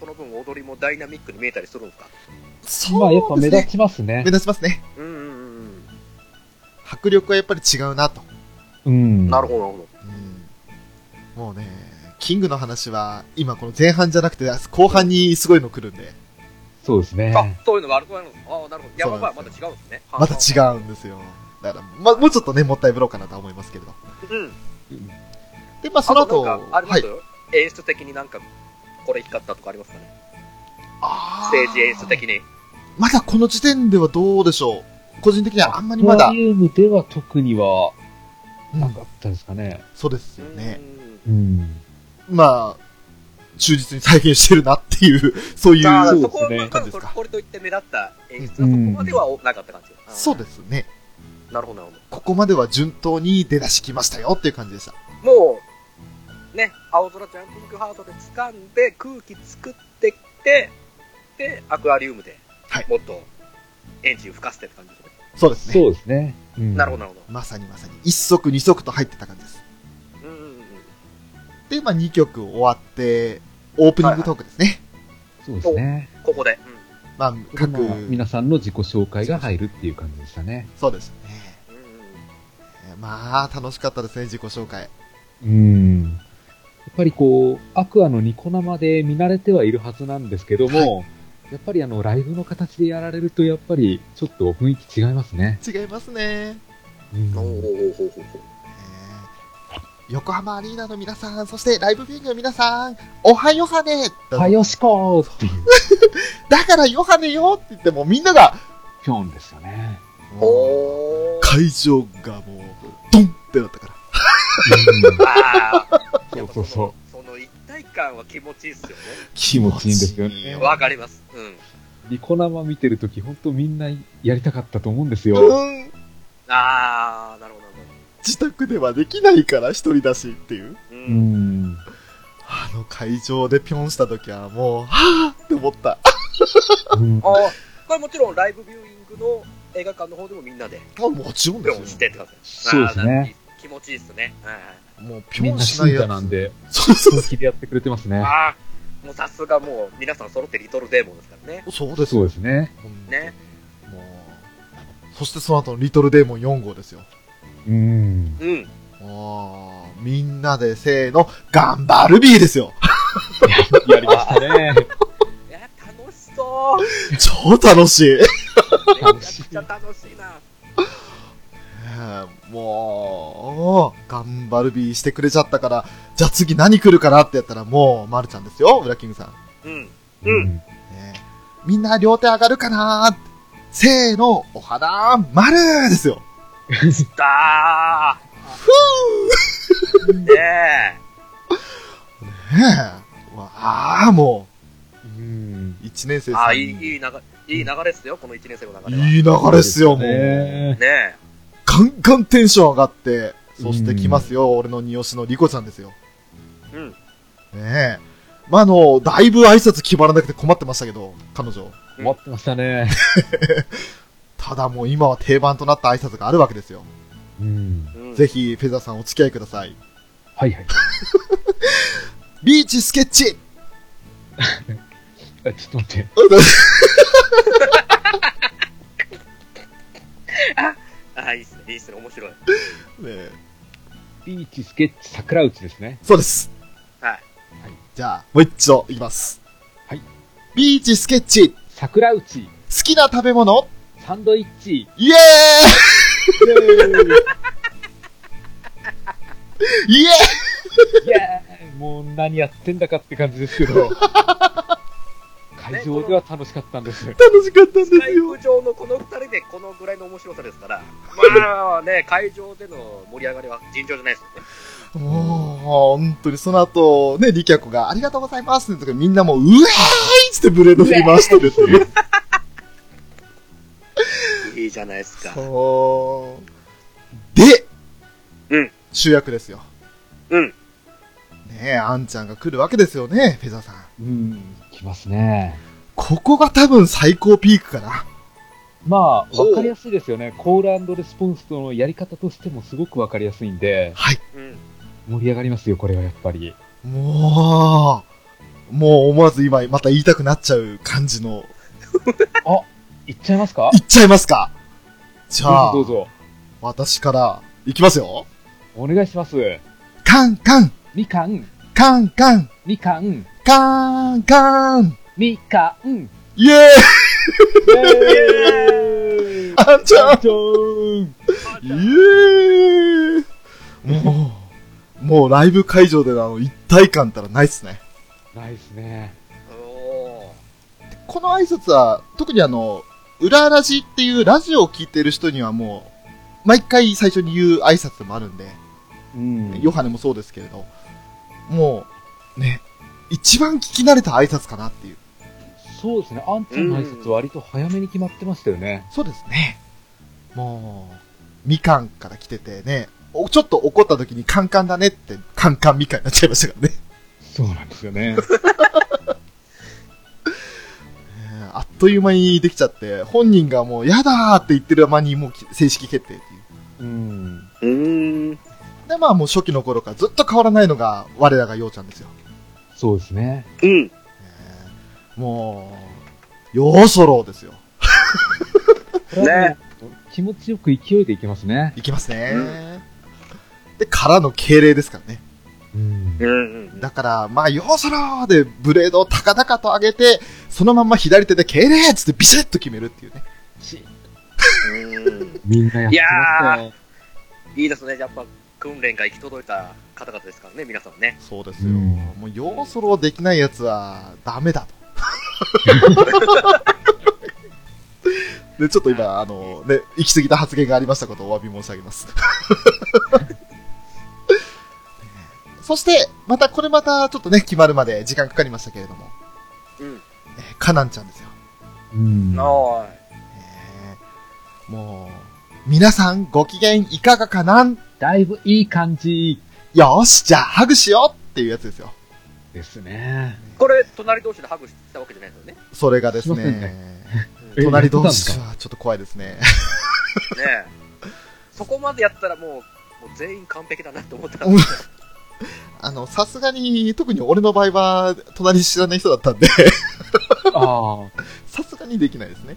Speaker 3: その分踊りもダイナミックに見えたりするんですか
Speaker 1: まあやっぱ
Speaker 2: そう
Speaker 1: 目
Speaker 2: で
Speaker 1: 立
Speaker 2: すね。
Speaker 1: ちますね
Speaker 2: 目。立ちますね。
Speaker 3: うんうんうん
Speaker 2: 迫力はやっぱり違うなと。
Speaker 1: うん。
Speaker 3: なるほどなるほ
Speaker 2: うん、もうね、キングの話は、今この前半じゃなくて、後半にすごいの来るんで、
Speaker 1: そうですね
Speaker 3: ど、。あそういうのがあると思いますああなるほどいや
Speaker 2: そう
Speaker 3: ま
Speaker 2: なん
Speaker 3: あ
Speaker 2: ですよ
Speaker 3: まだ違
Speaker 2: また違
Speaker 3: うんですね
Speaker 2: うんですよ。だから、まもうちょっとね、もったいぶろうかなとは思いますけれど。
Speaker 3: ううん
Speaker 2: で、まあその後、
Speaker 3: なんかありますよ、演出的になんか、これ光ったとかありますかね、
Speaker 2: あ
Speaker 3: ステージ演出的に。
Speaker 2: まだこの時点ではどうでしょう個人的にはあんまりま
Speaker 1: ア
Speaker 2: だ
Speaker 1: クア、リウムでは特には、
Speaker 2: うん
Speaker 1: なかったですかね。
Speaker 2: そうですよね。
Speaker 1: うん。
Speaker 2: まあ、忠実に再現してるなっていう、 そうい
Speaker 3: まあ、
Speaker 1: そう
Speaker 2: う、
Speaker 3: そこは、
Speaker 1: ですね
Speaker 3: ま
Speaker 2: そ
Speaker 3: あ、
Speaker 2: うですか
Speaker 3: これといって目立った演出はそこまではおなかった感じ。あー
Speaker 2: そうですね。
Speaker 3: なるほど、なる
Speaker 2: ここまでは順当に出だしきましたよっていう感じでした。
Speaker 3: ほど。もう、ね、青空ジャンピングハートで掴んで、空気作ってきて、で、アクアリウムで
Speaker 2: はい
Speaker 3: もっとエンジン吹かせてって感じですね。
Speaker 2: そうですね。
Speaker 1: そうですね。うん
Speaker 3: なるほど、なるほ
Speaker 2: まさにまさに。一足二足と入ってた感じです。
Speaker 3: ど。うんうんうん
Speaker 2: で、まあ二曲終わって、オープニングトークですね。
Speaker 1: そうですね。
Speaker 3: ここで。
Speaker 2: まあ、各、
Speaker 1: まあ皆さんの自己紹介が入るっていう感じでしたね。
Speaker 2: そうですね。
Speaker 3: うんうんうん
Speaker 2: まあ、楽しかったですね、自己紹介。
Speaker 1: うん。やっぱりこう、アクアのニコ生で見慣れてはいるはずなんですけども、やっぱりあの、ライブの形でやられると、やっぱりちょっと雰囲気違いますね。
Speaker 2: 違いますね。
Speaker 1: うん
Speaker 3: おーおーおーおー
Speaker 2: え
Speaker 3: おー
Speaker 2: ー横浜アリーナの皆さん、そしてライブビューイングの皆さん、おはよはね
Speaker 1: はよしこーっていう、
Speaker 2: だからヨハネよって言ってもうみんなが、
Speaker 1: ぴょんですよね。
Speaker 3: おー
Speaker 2: 会場がもう、ドンってなったから。
Speaker 3: ああ。。
Speaker 1: そうそうそう
Speaker 3: その一体感は気持ちいいっすよね。
Speaker 1: 気持ちいいんですよね
Speaker 2: 気持ちいい
Speaker 3: わかります。うん。
Speaker 1: ニコ生見てるとき、ほんとみんなやりたかったと思うんですよ。
Speaker 2: うん。
Speaker 3: ああ、なるほどなるほど。
Speaker 2: 自宅ではできないから一人だしっていう。
Speaker 3: う。
Speaker 1: うんん。
Speaker 2: あの会場でぴょんした時はもう、はぁって思った。
Speaker 1: うん
Speaker 3: ああ、これもちろんライブビューイングの映画館の方でもみんなで、
Speaker 2: あもちろん
Speaker 3: ピ
Speaker 2: で
Speaker 3: ョンし
Speaker 2: す
Speaker 3: て
Speaker 2: よ
Speaker 3: っ。て感じ。
Speaker 1: そうです
Speaker 3: ああなん
Speaker 1: ね。
Speaker 3: か気持ちいいですね。はいはい
Speaker 2: もうぴ
Speaker 1: み
Speaker 2: ょ
Speaker 1: ん
Speaker 2: ん
Speaker 1: な
Speaker 2: しない
Speaker 1: 信者
Speaker 2: やつ。
Speaker 1: なんで、
Speaker 2: そうそう
Speaker 1: 本気でやってくれてますね。
Speaker 3: ああ、もうさすがもう皆さん揃ってリトルデーモンですからね。
Speaker 2: そうです
Speaker 1: そ
Speaker 2: よ
Speaker 1: うですね。
Speaker 2: 本当に
Speaker 3: ね
Speaker 2: もう。そしてその後のリトルデーモン4号ですよ。
Speaker 1: うん。
Speaker 3: うん。い
Speaker 2: もう、みんなでせーの、頑張るビー ですよ。
Speaker 1: やりました ね。
Speaker 3: や、楽しそう。
Speaker 2: 超楽しい。
Speaker 3: めちゃくちゃ楽しいな。
Speaker 2: もう、頑張るビーしてくれちゃったから、じゃあ次何来るかなってやったらもう、まるちゃんですよ、ブラッキングさん。
Speaker 3: うん。
Speaker 1: うん。
Speaker 2: ねえみんな両手上がるかなーせーの、お肌、まるーですよ。
Speaker 3: だー。ねえ。
Speaker 2: ねえわあ、も
Speaker 1: うん。
Speaker 2: う、1年生
Speaker 3: あ
Speaker 2: さ
Speaker 3: あ、
Speaker 2: ん
Speaker 3: いい、
Speaker 2: に
Speaker 3: いい流れ、いい流れですよ、この1年生の流れは。ね
Speaker 2: いい流れっすよ、もう。
Speaker 1: ね
Speaker 3: え。
Speaker 2: ガンガンテンション上がって、そして来ますよ、俺の二押しのリコちゃんですよ。
Speaker 3: うん。
Speaker 2: ねえ。まあ、あの、だいぶ挨拶決まらなくて困ってましたけど、彼女。
Speaker 1: え。待ってましたね。
Speaker 2: ただもう今は定番となった挨拶があるわけですよ。
Speaker 1: うん。
Speaker 3: うん
Speaker 2: ぜひ、フェザーさんお付き合いください。
Speaker 1: はいはい。
Speaker 2: ビーチスケッチ
Speaker 1: あちょっと待って。
Speaker 3: ああ、いいっすね、いいっすね、面白い。
Speaker 2: ねえ
Speaker 1: ビーチスケッチ桜内ですね。
Speaker 2: そうです。
Speaker 3: はい
Speaker 2: じゃあ、もう一度いきます。
Speaker 1: はい。
Speaker 2: ビーチスケッチ好
Speaker 1: 桜内、
Speaker 2: きな食べ物
Speaker 1: サンドイッチ。
Speaker 2: イエーイイエ
Speaker 1: いやーもう何やってんだかって感じですけ ど。会場では楽しかったんです。
Speaker 2: ー楽しかったんで
Speaker 3: ラ
Speaker 2: す
Speaker 3: イ
Speaker 2: よ
Speaker 3: ブ。上のこの2人でこのぐらいの面白さですから、まあね、 会場での盛り上がりは尋常じゃないですよね。
Speaker 2: もう、本当にその後、ね、リキャコがありがとうございますって時みんなもう、うえーいってブレード振り回してるっていう。
Speaker 3: いいじゃないですか。
Speaker 2: そう。で、
Speaker 3: うん
Speaker 2: 主役ですよ。
Speaker 3: うん。
Speaker 2: ねえ、あんちゃんが来るわけですよね、フェザーさん。
Speaker 1: うん。来ますね。
Speaker 2: ここが多分最高ピークかな。
Speaker 1: まあ、
Speaker 3: おう
Speaker 1: わかりやすいですよね。コールレスポンスとのやり方としてもすごくわかりやすいんで、
Speaker 2: はい。
Speaker 3: うん。
Speaker 1: 盛り上がりますよ、これはやっぱり。
Speaker 2: もう、もう思わず今、また言いたくなっちゃう感じの、
Speaker 1: いっちゃいますか
Speaker 2: いっちゃいますか。じ
Speaker 1: ど
Speaker 2: ゃあ、
Speaker 1: うぞどうぞ。
Speaker 2: 私から、いきますよ。
Speaker 1: お願いします。
Speaker 2: カンカン、
Speaker 1: みかん、
Speaker 2: カンカン、
Speaker 1: みかん、
Speaker 2: カンカン、
Speaker 1: みかん。
Speaker 2: イ
Speaker 1: イ
Speaker 2: エーイ
Speaker 1: ェーイ
Speaker 2: あんちゃん
Speaker 1: じゃーん
Speaker 2: イエーイもう、もうライブ会場でのあの一体感たらないっすね。
Speaker 1: ないっすね。
Speaker 3: お
Speaker 2: この挨拶は、特にあの、裏ラジっていうラジオを聞いてる人にはもう、毎回最初に言う挨拶でもあるんで、
Speaker 1: うん
Speaker 2: ヨハネもそうですけれど、もう、ね、一番聞き慣れた挨拶かなっていう。
Speaker 1: そうですね。あんちゃんの挨拶割と早めに決まってましたよね。
Speaker 2: そうですね。もう、みかんから来ててね、おちょっと怒った時にカンカンだねって、カンカンみかんになっちゃいましたからね。
Speaker 1: そうなんですよね。
Speaker 2: ねあっという間にできちゃって、本人がもう、やだーって言ってる間にもうき正式決定っていう。
Speaker 1: うん。
Speaker 3: うーん。
Speaker 2: で、まあもう初期の頃からずっと変わらないのが、我らがようちゃんですよ。
Speaker 1: そうですね。
Speaker 3: うん。
Speaker 2: ねもう、ようそろうですよ。
Speaker 1: これはもう気持ちよく勢いでいけますね。
Speaker 2: いきますね、で、からの敬礼ですからね。
Speaker 1: うん
Speaker 3: う。ん。
Speaker 2: だから、まあ、ようそろーで、ブレードを高々と上げて、そのまんま左手で敬礼っつってビシッと決めるっていうね。
Speaker 3: うん。
Speaker 1: みんなやってましたよ。
Speaker 3: いいですね、やっぱ訓練が行き届いた方々ですからね、皆さんね。
Speaker 2: そうですよ。
Speaker 1: うん
Speaker 2: もう、ようそろうできないやつは、ダメだと。 で、ちょっと今、あの、ね、行き過ぎた発言がありましたことをお詫び申し上げ ます。そして、また、これまた、ちょっとね、決まるまで時間かかりましたけれども、
Speaker 3: うん。
Speaker 2: えー、カナンちゃんですよ。
Speaker 1: うん。
Speaker 3: おーい。
Speaker 2: えーもう、皆さんご機嫌いかがかな
Speaker 1: だいぶいい感じ
Speaker 2: よし、じゃあハグしようっていうやつですよ。
Speaker 1: ですね。
Speaker 3: これ、隣同士でハグしたわけじゃないですよね。
Speaker 2: それがです
Speaker 1: しません
Speaker 2: ね、
Speaker 1: え
Speaker 2: 隣同
Speaker 1: やって
Speaker 2: 士
Speaker 1: たんですか
Speaker 2: はちょっと怖いですね。
Speaker 3: ねえそこまでやったらもう、もう全員完璧だなと思った
Speaker 2: う。んあの、さすがに、特に俺の場合は、隣知らない人だったんで、
Speaker 1: ああ。
Speaker 2: さすがにできないですね。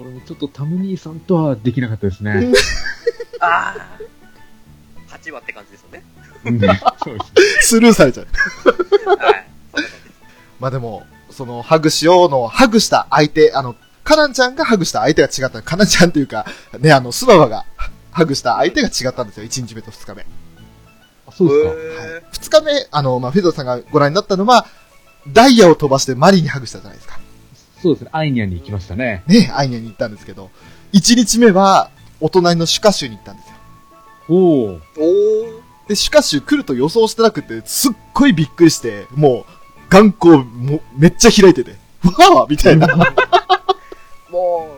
Speaker 1: 俺もちょっとタム兄さんとはできなかったですね。
Speaker 3: ああ。8話って感じですよ ね。
Speaker 1: うん、そうですね。
Speaker 2: スルーされちゃう。
Speaker 3: はい。そんな感じです
Speaker 2: まあでも、その、ハグしようの、ハグした相手、あの、カナンちゃんがハグした相手が違った。カナンちゃんというか、ね、あの、スババが、ハグした相手が違ったんですよ。1日目と2日目。
Speaker 1: あそうですか。
Speaker 2: はい、2日目、あの、まあ、フェザーさんがご覧になったのは、ダイヤを飛ばしてマリにハグしたじゃないですか。
Speaker 1: そうですね。アイニャンに行きましたね。
Speaker 2: ね、アイニャに行ったんですけど、1日目は、お隣のシュカ州に行ったんですよ。
Speaker 1: おお。
Speaker 3: へーおー。
Speaker 2: で、シュカ州来ると予想してなくて、すっごいびっくりして、もう、眼光もめっちゃ開いてて、わあみたいな。
Speaker 3: も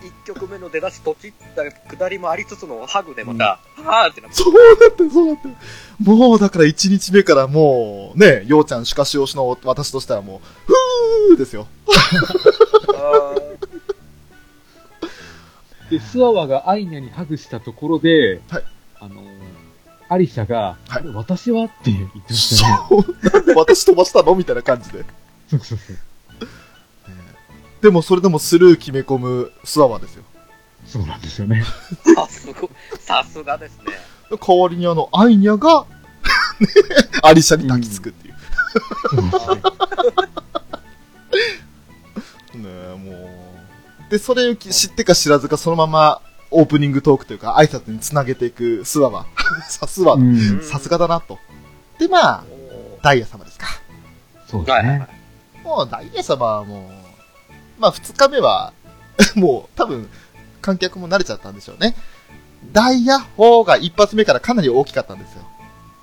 Speaker 3: う、1曲目の出だし、とちった下りもありつつのハグでまた、はーってなって、
Speaker 2: そうなってる、そうなってる。もう、だから1日目からもう、ね、ようちゃんシュカ州推しの私としたらもう、ふーですよ。
Speaker 3: あー
Speaker 1: で、スワワがアイニャにハグしたところで、
Speaker 2: はい
Speaker 1: あのー、アリシャが、あ
Speaker 2: はい
Speaker 1: れ私はって言ってまし
Speaker 2: そ
Speaker 1: たね。
Speaker 2: う、なんで私飛ばしたのみたいな感じで。
Speaker 1: そうそうそう。
Speaker 2: でもそれでもスルー決め込むスワワですよ。
Speaker 1: そうなんですよね。
Speaker 3: さすが、さすがですね。
Speaker 2: 代わりにあの、アイニャが、 ねアリシャに抱きつくっていう。
Speaker 1: そうですね
Speaker 2: ねえもう。で、それを知ってか知らずかそのままオープニングトークというか挨拶につなげていくスワワ。 さすが
Speaker 1: う、ん。
Speaker 2: さすがだなと。で、まあ、ダイヤ様ですか。
Speaker 1: そうで
Speaker 3: は
Speaker 1: す
Speaker 3: いはいは
Speaker 1: ね
Speaker 3: い。。
Speaker 2: もうダイヤ様はもう、まあ2日目は、 もう多分観客も慣れちゃったんでしょうね。ダイヤ砲が一発目からかなり大きかったんですよ。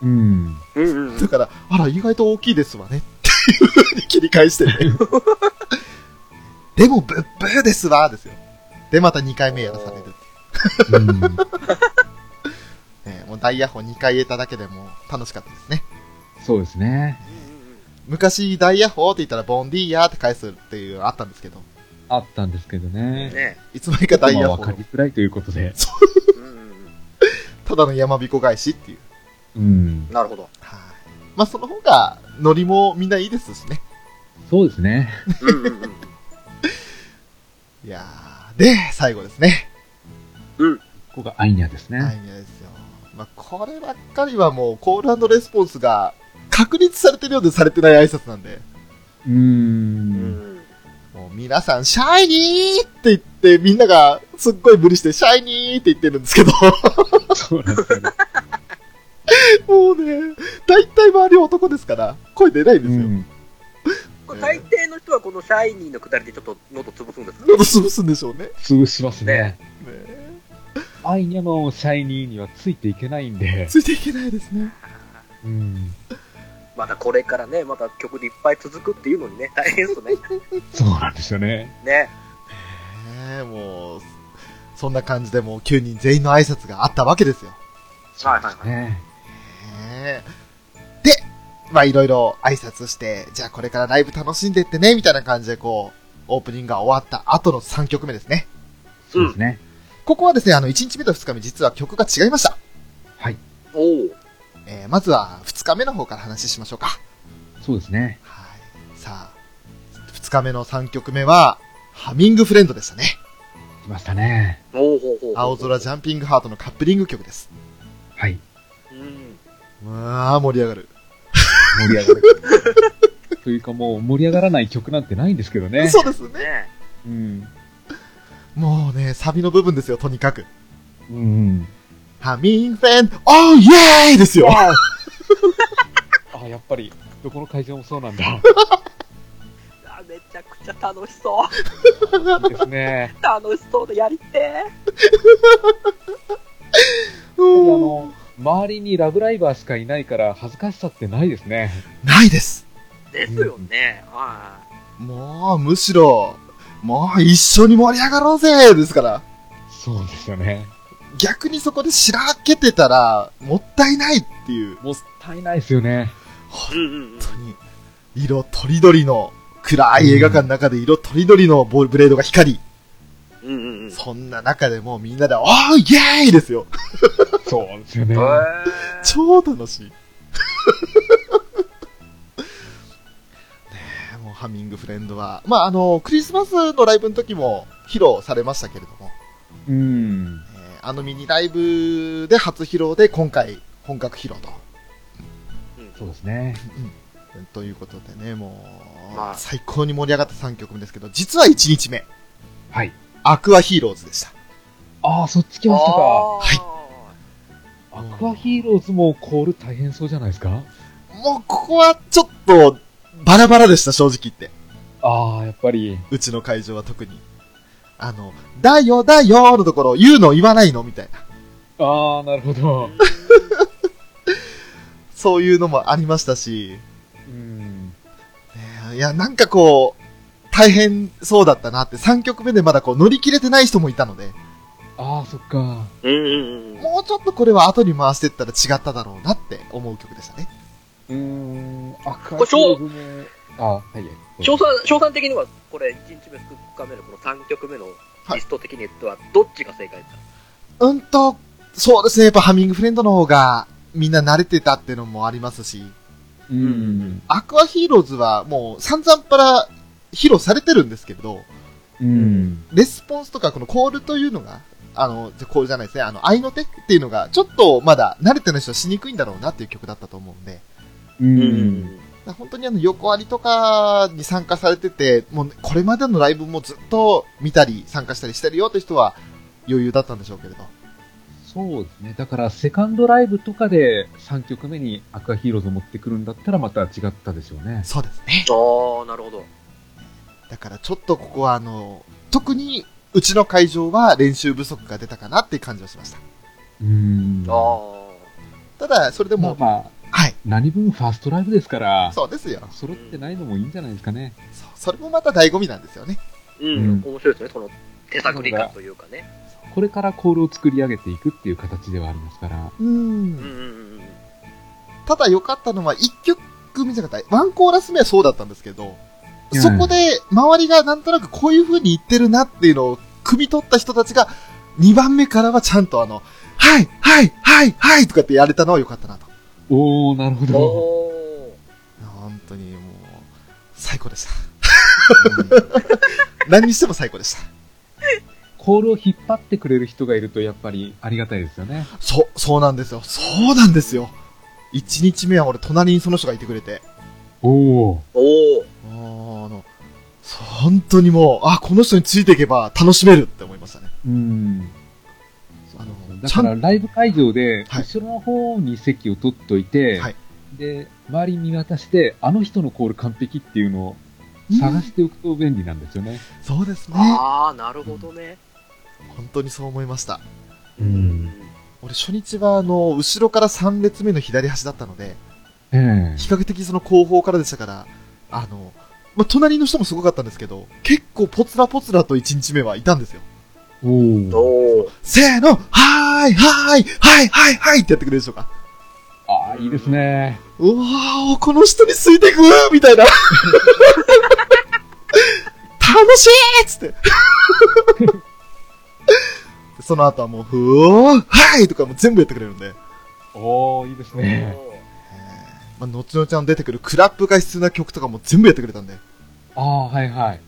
Speaker 1: うん。
Speaker 3: うんうんうん
Speaker 2: だから、あら、意外と大きいですわね。っていう風に切り返してね。でも、ブッブーですわですよ。で、また2回目やらされるって
Speaker 1: うん、
Speaker 2: いうね。もうダイヤホン2回言えただけでもう楽しかったですね。
Speaker 1: そうですね。
Speaker 2: 昔、ダイヤホンって言ったら、ボンディーヤーって返すっていうのあったんですけど、
Speaker 1: あったんですけど
Speaker 3: うん。
Speaker 1: ね。
Speaker 3: ね
Speaker 2: いつの間にかダイヤ
Speaker 1: まあ
Speaker 2: ホ
Speaker 1: わかり
Speaker 2: ン、
Speaker 1: づらいということで。
Speaker 3: うんうん
Speaker 2: ただの山彦返しっていう。
Speaker 1: うん
Speaker 3: うん。。なるほど。
Speaker 2: はい。まあ、その方が、ノリもみんないいですしね。
Speaker 1: そうですね。
Speaker 3: うんうんうん。
Speaker 2: いやー、で、最後ですね。
Speaker 1: ここがアイニャですね。
Speaker 2: ないんですよ。まあ、こればっかりはもう、コールレスポンスが確立されてるようでされてない挨拶なんで、
Speaker 1: うーん。
Speaker 2: もう皆さん、シャイニーって言って、みんながすっごい無理して、シャイニーって言ってるんですけど、
Speaker 1: そうなんですよね。
Speaker 2: もうね、大体周り男ですから、声出ないんで
Speaker 1: う
Speaker 2: すよ。
Speaker 1: ん。
Speaker 3: これ大抵の人はこのシャイニーのくだりでちょっと喉潰すんですか
Speaker 2: 喉潰すんでしょうね。ね
Speaker 1: 潰しますね。
Speaker 2: え
Speaker 1: アイニャのシャイニーにはついていけないんで。
Speaker 2: ついていけないですね。
Speaker 1: うん。
Speaker 3: まだこれからね、まだ曲でいっぱい続くっていうのにね、大変ですね。
Speaker 1: そうなんですよね。
Speaker 3: ね。
Speaker 2: ねえもう、そんな感じでもう9人全員の挨拶があったわけですよ。
Speaker 3: はいはいはい。
Speaker 1: ね
Speaker 2: ねえで、まあいろいろ挨拶して、じゃあこれからライブ楽しんでってね、みたいな感じでこう、オープニングが終わった後の3曲目ですね。
Speaker 1: そうですね。
Speaker 2: ここはですね、あの1日目と2日目実は曲が違いました。
Speaker 3: おお。
Speaker 2: えー、まずは2日目の方から話しましょうか。
Speaker 1: そうですね。
Speaker 2: はい。さあ、2日目の3曲目は、ハミングフレンドでしたね。
Speaker 1: 来ましたね。
Speaker 3: おおほうほうほう。
Speaker 2: 青空ジャンピングハートのカップリング曲です。
Speaker 1: はい。
Speaker 3: うん。
Speaker 2: うわあ、盛り上がる。
Speaker 1: 盛り上がる。 というかもう盛り上がらない曲なんてないんですけどね。
Speaker 2: そうですね。
Speaker 3: ね
Speaker 1: うん。
Speaker 2: もうね、サビの部分ですよ、とにかく。
Speaker 1: うんうん。
Speaker 2: ハミングフレンド、オーイエーイですよ
Speaker 1: ああ、やっぱり、どこの会場もそうなんだ。
Speaker 3: あめちゃくちゃ楽しそう。
Speaker 1: い いですね。
Speaker 3: 楽しそうでやりて
Speaker 1: あの、周りにラブライバーしかいないから恥ずかしさってないですね。
Speaker 2: ないです。
Speaker 3: ー。ですよね。は
Speaker 2: もう、むしろ、もう一緒に盛り上がろうぜですから。
Speaker 1: そうですよね。
Speaker 2: 逆にそこでしらけてたら、もったいないっていう、
Speaker 1: もったいないですよね。
Speaker 3: うんうんう
Speaker 2: 本
Speaker 3: ん
Speaker 2: 当に、色とりどりの、暗い映画館の中で色とりどりのボールブレードが光り、
Speaker 3: うんうんうん。
Speaker 2: そんな中でもうみんなで、おーイエーイですよ。
Speaker 1: そうですよね。
Speaker 3: へ
Speaker 2: 超楽しい。 ねえ、もうハミングフレンドは、まあ、あの、クリスマスのライブの時も披露されましたけれども、
Speaker 1: うん。
Speaker 2: えーあのミニライブで初披露で今回本格披露と。
Speaker 1: そうですね。
Speaker 2: ということでね、もう、
Speaker 3: まあ
Speaker 2: 最高に盛り上がった3曲目ですけど、実は1日目、
Speaker 1: はい。
Speaker 2: アクアヒーローズでした。
Speaker 1: ああ、そっち来
Speaker 3: ー
Speaker 1: ましたか。
Speaker 3: あー
Speaker 1: アクアヒーローズもコール大変そうじゃないですか
Speaker 2: もうここはちょっとバラバラでした、正直言って。
Speaker 1: ああ、やっぱり。
Speaker 2: うちの会場は特に。あの、だよだよのところ、言うの言わないのみたいな。
Speaker 1: ああ、なるほど。
Speaker 2: そういうのもありましたし、
Speaker 1: うん。
Speaker 2: ねいや、なんかこう、大変そうだったなって、3曲目でまだこう乗り切れてない人もいたので、
Speaker 1: ああ、そっか。
Speaker 3: うんうんうん。
Speaker 2: もうちょっとこれは後に回してったら違っただろうなって思う曲でしたね。
Speaker 1: うん。アク
Speaker 3: これ
Speaker 1: アヒーロ
Speaker 3: 翔
Speaker 1: ーズも。ああー、はい。
Speaker 3: 賞賛、賞賛的には、これ、1日目、2日目のこの3曲目のリスト的には、どっちが正解ですか
Speaker 2: うんと、そうですね、やっぱハミングフレンドの方がみんな慣れてたっていうのもありますし、
Speaker 1: うん。
Speaker 2: アクアヒーローズはもう散々から披露されてるんですけれど、
Speaker 1: うん。
Speaker 2: レスポンスとかこのコールというのが、あの、じゃコールじゃないですね、あの、愛の手っていうのが、ちょっとまだ慣れてない人はしにくいんだろうなっていう曲だったと思うんで、
Speaker 1: う。。
Speaker 3: うん
Speaker 2: だから本当にあの、横割りとかに参加されてて、もうこれまでのライブもずっと見たり参加したりしてるよって人は余裕だったんでしょうけれど。
Speaker 1: そうですね。だから、セカンドライブとかで3曲目にアクアヒーローズを持ってくるんだったらまた違ったでしょうね。
Speaker 2: そうですね。
Speaker 3: ああ、なるほど。
Speaker 2: だからちょっとここはあの、特にうちの会場は練習不足が出たかなっていう感じはしました。
Speaker 1: うん。
Speaker 3: あ
Speaker 2: ただ、それで
Speaker 1: ま
Speaker 2: も
Speaker 1: あ、まあ、
Speaker 2: はい。
Speaker 1: 何分ファーストライブですから、
Speaker 2: そうですよ。
Speaker 1: 揃ってないのもいいんじゃないですかね。
Speaker 2: そうそれもまた醍醐味なんですよね。
Speaker 3: あ。うん
Speaker 1: うん。
Speaker 3: 面白いですね、この手探り感というかね。
Speaker 1: これからコールを作り上げていくっていう形ではありますから。
Speaker 2: うー
Speaker 3: うん
Speaker 2: ん。
Speaker 3: うんうんうん。
Speaker 2: ただ良かったのは、一曲目じゃなかった。ワンコーラス目はそうだったんですけど、
Speaker 1: うん
Speaker 2: そこで、周りがなんとなくこういう風に言ってるなっていうのを、汲み取った人たちが、2番目からはちゃんとあの、はいはいはいはいとかってやれたのは良かったなと。
Speaker 1: おー、なるほど。
Speaker 3: お
Speaker 2: 本当にもう、最高でした。 何にしても最高でした。
Speaker 1: コールを引っ張ってくれる人がいるとやっぱりありがたいですよね。
Speaker 2: そう、そうなんですよ。そうなんですよ。1日目は俺、隣にその人がいてくれて。
Speaker 1: おー。
Speaker 3: おお
Speaker 2: あーあの、そう本当にもう、あ、この人についていけば楽しめるって思いましたね。
Speaker 1: うん。
Speaker 2: あの、
Speaker 1: だ
Speaker 2: ちゃ
Speaker 1: から
Speaker 2: ん
Speaker 1: ライブ会場で、
Speaker 2: はい
Speaker 1: 後ろの方に席を取っといて、
Speaker 2: はい
Speaker 1: で、周り見渡して、あの人のコール完璧っていうのを探しておくと便利なんですよね。
Speaker 2: そうですね。
Speaker 3: ああ、なるほどね。
Speaker 2: 本当にそう思いました。
Speaker 1: うん
Speaker 2: 俺、初日は、あの、後ろから3列目の左端だったので、
Speaker 1: ええ
Speaker 2: 比較的その後方からでしたから、あの、まあ、隣の人もすごかったんですけど、結構ポツラポツラと1日目はいたんですよ。
Speaker 1: おお。
Speaker 3: おお。
Speaker 2: せーのはーいはーいはいはいはいってやってくれるでしょうか。
Speaker 1: ああ、いいですね。
Speaker 2: うわー、この人についてくみたいな。楽しいっつって。その後はもう、ふおー、はいとかもう全部やってくれるんで。
Speaker 1: おおいいですね。
Speaker 2: まあ、後々あの出てくるクラップが必要な曲とかも全部やってくれたんで、
Speaker 1: ああ、はいはい。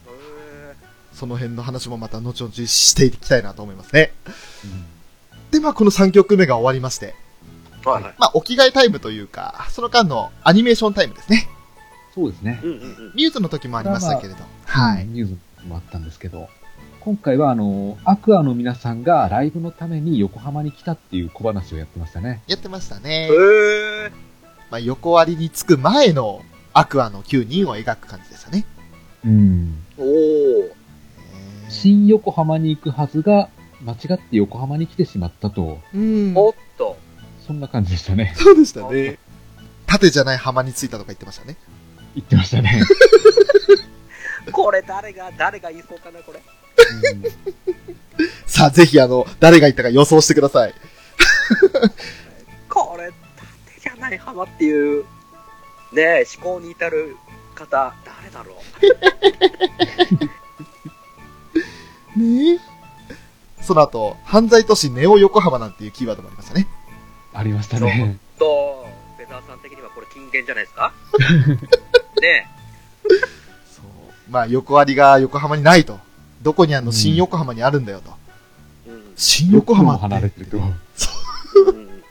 Speaker 2: その辺の話もまた後々していきたいなと思いますね。で、まあこの3曲目が終わりまして、
Speaker 3: はいはい。
Speaker 2: まあお着替えタイムというか、その間のアニメーションタイムですね。
Speaker 1: そうですね
Speaker 3: う。んうんうん。
Speaker 2: ミューズの時もありましたけれ
Speaker 1: う
Speaker 2: ど。
Speaker 1: ん。ニュースもあったんですけど、今回はあの、アクアの皆さんがライブのために横浜に来たっていう小話をやってましたね。
Speaker 2: やってましたね。
Speaker 3: へえ。
Speaker 2: まあ、横割りにつく前のアクアの9人を描く感じでしたね。
Speaker 1: うん。
Speaker 3: おお。
Speaker 1: 新横浜に行くはずが、間違って横浜に来てしまったと、
Speaker 2: うん。
Speaker 3: おっと。
Speaker 1: そんな感じでしたね
Speaker 2: そうでしたね。縦じゃない浜についたとか言ってましたね。
Speaker 1: 言ってましたね。
Speaker 3: これ誰が、誰が言いそうかな、これ。
Speaker 1: うん
Speaker 2: さあ、ぜひあの、誰が言ったか予想してください。
Speaker 3: これ、縦じゃない浜っていう、ねえ、思考に至る方、誰だ ろう。
Speaker 2: ねえ。その後、犯罪都市ネオ横浜なんていうキーワードもありましたね。
Speaker 1: ありましたね。
Speaker 3: と、ベザーさん的にはこれ金言じゃないです かね
Speaker 2: そう。まあ、横ありが横浜にないと。どこにあん
Speaker 1: う
Speaker 2: の
Speaker 1: ん
Speaker 2: 新横浜にあるんだよと。
Speaker 3: え。うん
Speaker 2: 新
Speaker 1: よく
Speaker 2: 横
Speaker 1: も
Speaker 2: 浜
Speaker 1: 離
Speaker 2: っ
Speaker 1: れ
Speaker 2: て、
Speaker 1: てると。
Speaker 3: うん。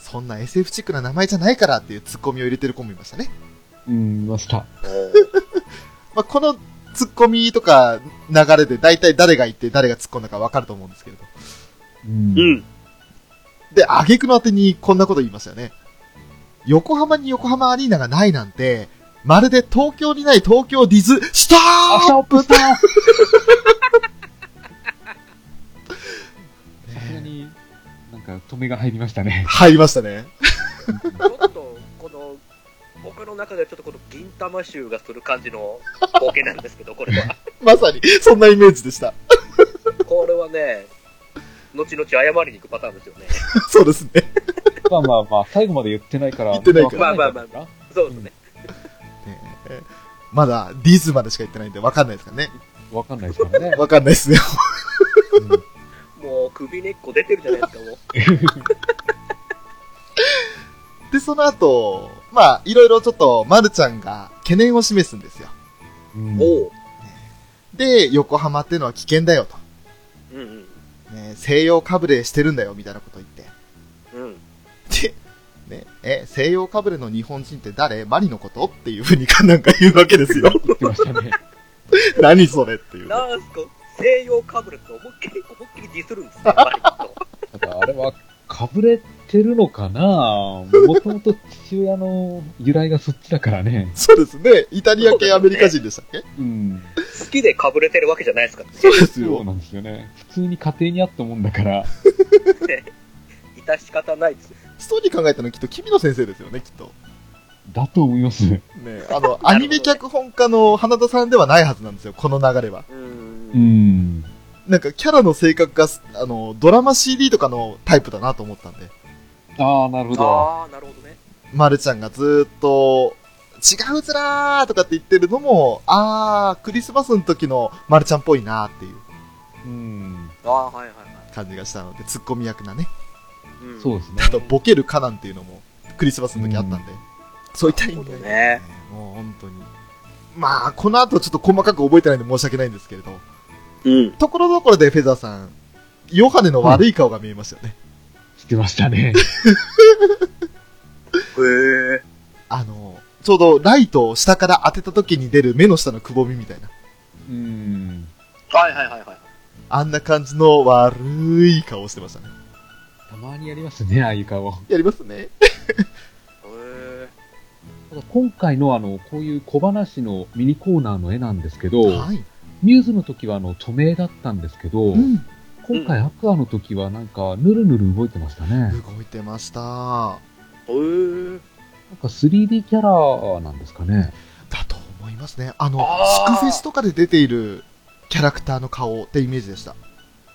Speaker 2: そんな SF チックな名前じゃないからっていうツッコミを入れてる子もいましたね。
Speaker 1: うん、いました。
Speaker 2: まあ、このツッコミとか流れで大体誰が言って誰が突っ込んだかわかると思うんですけれど。
Speaker 1: うん
Speaker 3: う。ん。
Speaker 2: で、挙句のあてにこんなこと言いましたよね。横浜に横浜アリーナがないなんて、まるで東京にない東京ディズ、スト
Speaker 1: あ、シ
Speaker 2: ッ
Speaker 1: ョップスター
Speaker 2: プ
Speaker 1: さすが
Speaker 2: ね
Speaker 1: に、なんか、止めが入りましたね。
Speaker 2: 入りましたね。
Speaker 3: ちょっと、この、僕の中ではちょっとこの銀魂臭がする感じの光景なんですけど、これは。
Speaker 2: まさに、そんなイメージでした。
Speaker 3: これはね、後々謝りに行くパターンです よね。
Speaker 2: そうですね。
Speaker 1: まあまあまあ、最後まで言ってないから。
Speaker 2: 言ってないから
Speaker 3: まあまあま
Speaker 1: あ。
Speaker 3: そうですね。
Speaker 2: ねまだ、ディズまでしか言ってないんで、わかんないですからね。
Speaker 1: わかんないですからね。
Speaker 2: わかんないですよ。
Speaker 1: うん
Speaker 3: もう首根っこ出てるじゃないですか、もう。
Speaker 2: で、その後、まあ、いろいろちょっと、まるちゃんが懸念を示すんですよ。
Speaker 1: うん
Speaker 3: おう。
Speaker 2: で、横浜ってのは危険だよと。
Speaker 3: うんうん。
Speaker 2: ね、西洋かぶれしてるんだよ、みたいなこと言って。
Speaker 3: うん。
Speaker 2: で、ね、え、西洋かぶれの日本人って誰マリのことっていうふうにかなんか言うわけです よ。
Speaker 1: 言ってましたね。
Speaker 2: 何それっていう。
Speaker 3: なんすか、西洋かぶれって思いっきり、思いっきりディスるんですよ、やっぱり
Speaker 1: ただ、あれは、かぶれてるのかなもともと父親の由来がそっちだからね。
Speaker 2: そうですね。イタリア系アメリカ人でしたっけ
Speaker 1: うん。
Speaker 3: 好きでかぶれてるわけじゃないですから
Speaker 2: そうで
Speaker 1: そ
Speaker 2: す
Speaker 1: う
Speaker 2: よ。
Speaker 1: なんですよね。普通に家庭にあったもんだから。
Speaker 3: ね。致し方ないです。
Speaker 2: ストーリー考えたのきっと君の先生ですよね、きっと。
Speaker 1: だと思います。
Speaker 2: ね、 あの、アニメ脚本家の花田さんではないはずなんですよ、この流れは。
Speaker 3: うーん。
Speaker 1: うん。
Speaker 2: なんかキャラの性格が、あの、ドラマ CD とかのタイプだなと思ったんで。
Speaker 1: ああ、なるほど。
Speaker 3: ああ、なるほどね。
Speaker 2: まるちゃんがずーっと、違うずらーとかって言ってるのも、あー、クリスマスの時のまるちゃんっぽいなーっていう
Speaker 1: うん。
Speaker 3: ああ、はいはいはい。
Speaker 2: 感じがしたので、ツッコミ役なね。
Speaker 3: うん、
Speaker 1: そうですね。
Speaker 2: あと、ボケるかなんていうのも、クリスマスの時あったんで。そういった意味で
Speaker 3: なるほどね。
Speaker 2: もう本当に。まあ、この後ちょっと細かく覚えてないんで申し訳ないんですけれど、
Speaker 3: うん。
Speaker 2: ところどころでフェザーさん、ヨハネの悪い顔が見えましたよね。
Speaker 1: してましたね。
Speaker 3: へえ。
Speaker 2: あの、ちょうどライトを下から当てた時に出る目の下のくぼみみたいな。
Speaker 1: うん。
Speaker 3: はいはいはいはい。
Speaker 2: あんな感じの悪い顔をしてましたね。
Speaker 1: たまにやりますね、ああいう顔。
Speaker 2: やりますね。
Speaker 3: へ
Speaker 1: ただ今回のあの、こういう小話のミニコーナーの絵なんですけど、
Speaker 2: はい。
Speaker 1: ミューズの時はあの、著名だったんですけど、
Speaker 2: うん。
Speaker 1: 今回アクアの時はなんか、ぬるぬる動いてましたね。なん
Speaker 2: 動いてました。だ
Speaker 3: え。へえ。
Speaker 1: か 3D キャラなんですかね。
Speaker 2: と思いますね。あの、
Speaker 3: あ
Speaker 2: ス
Speaker 3: ー
Speaker 2: クフェスとかで出ているキャラクターの顔ってイメージでした。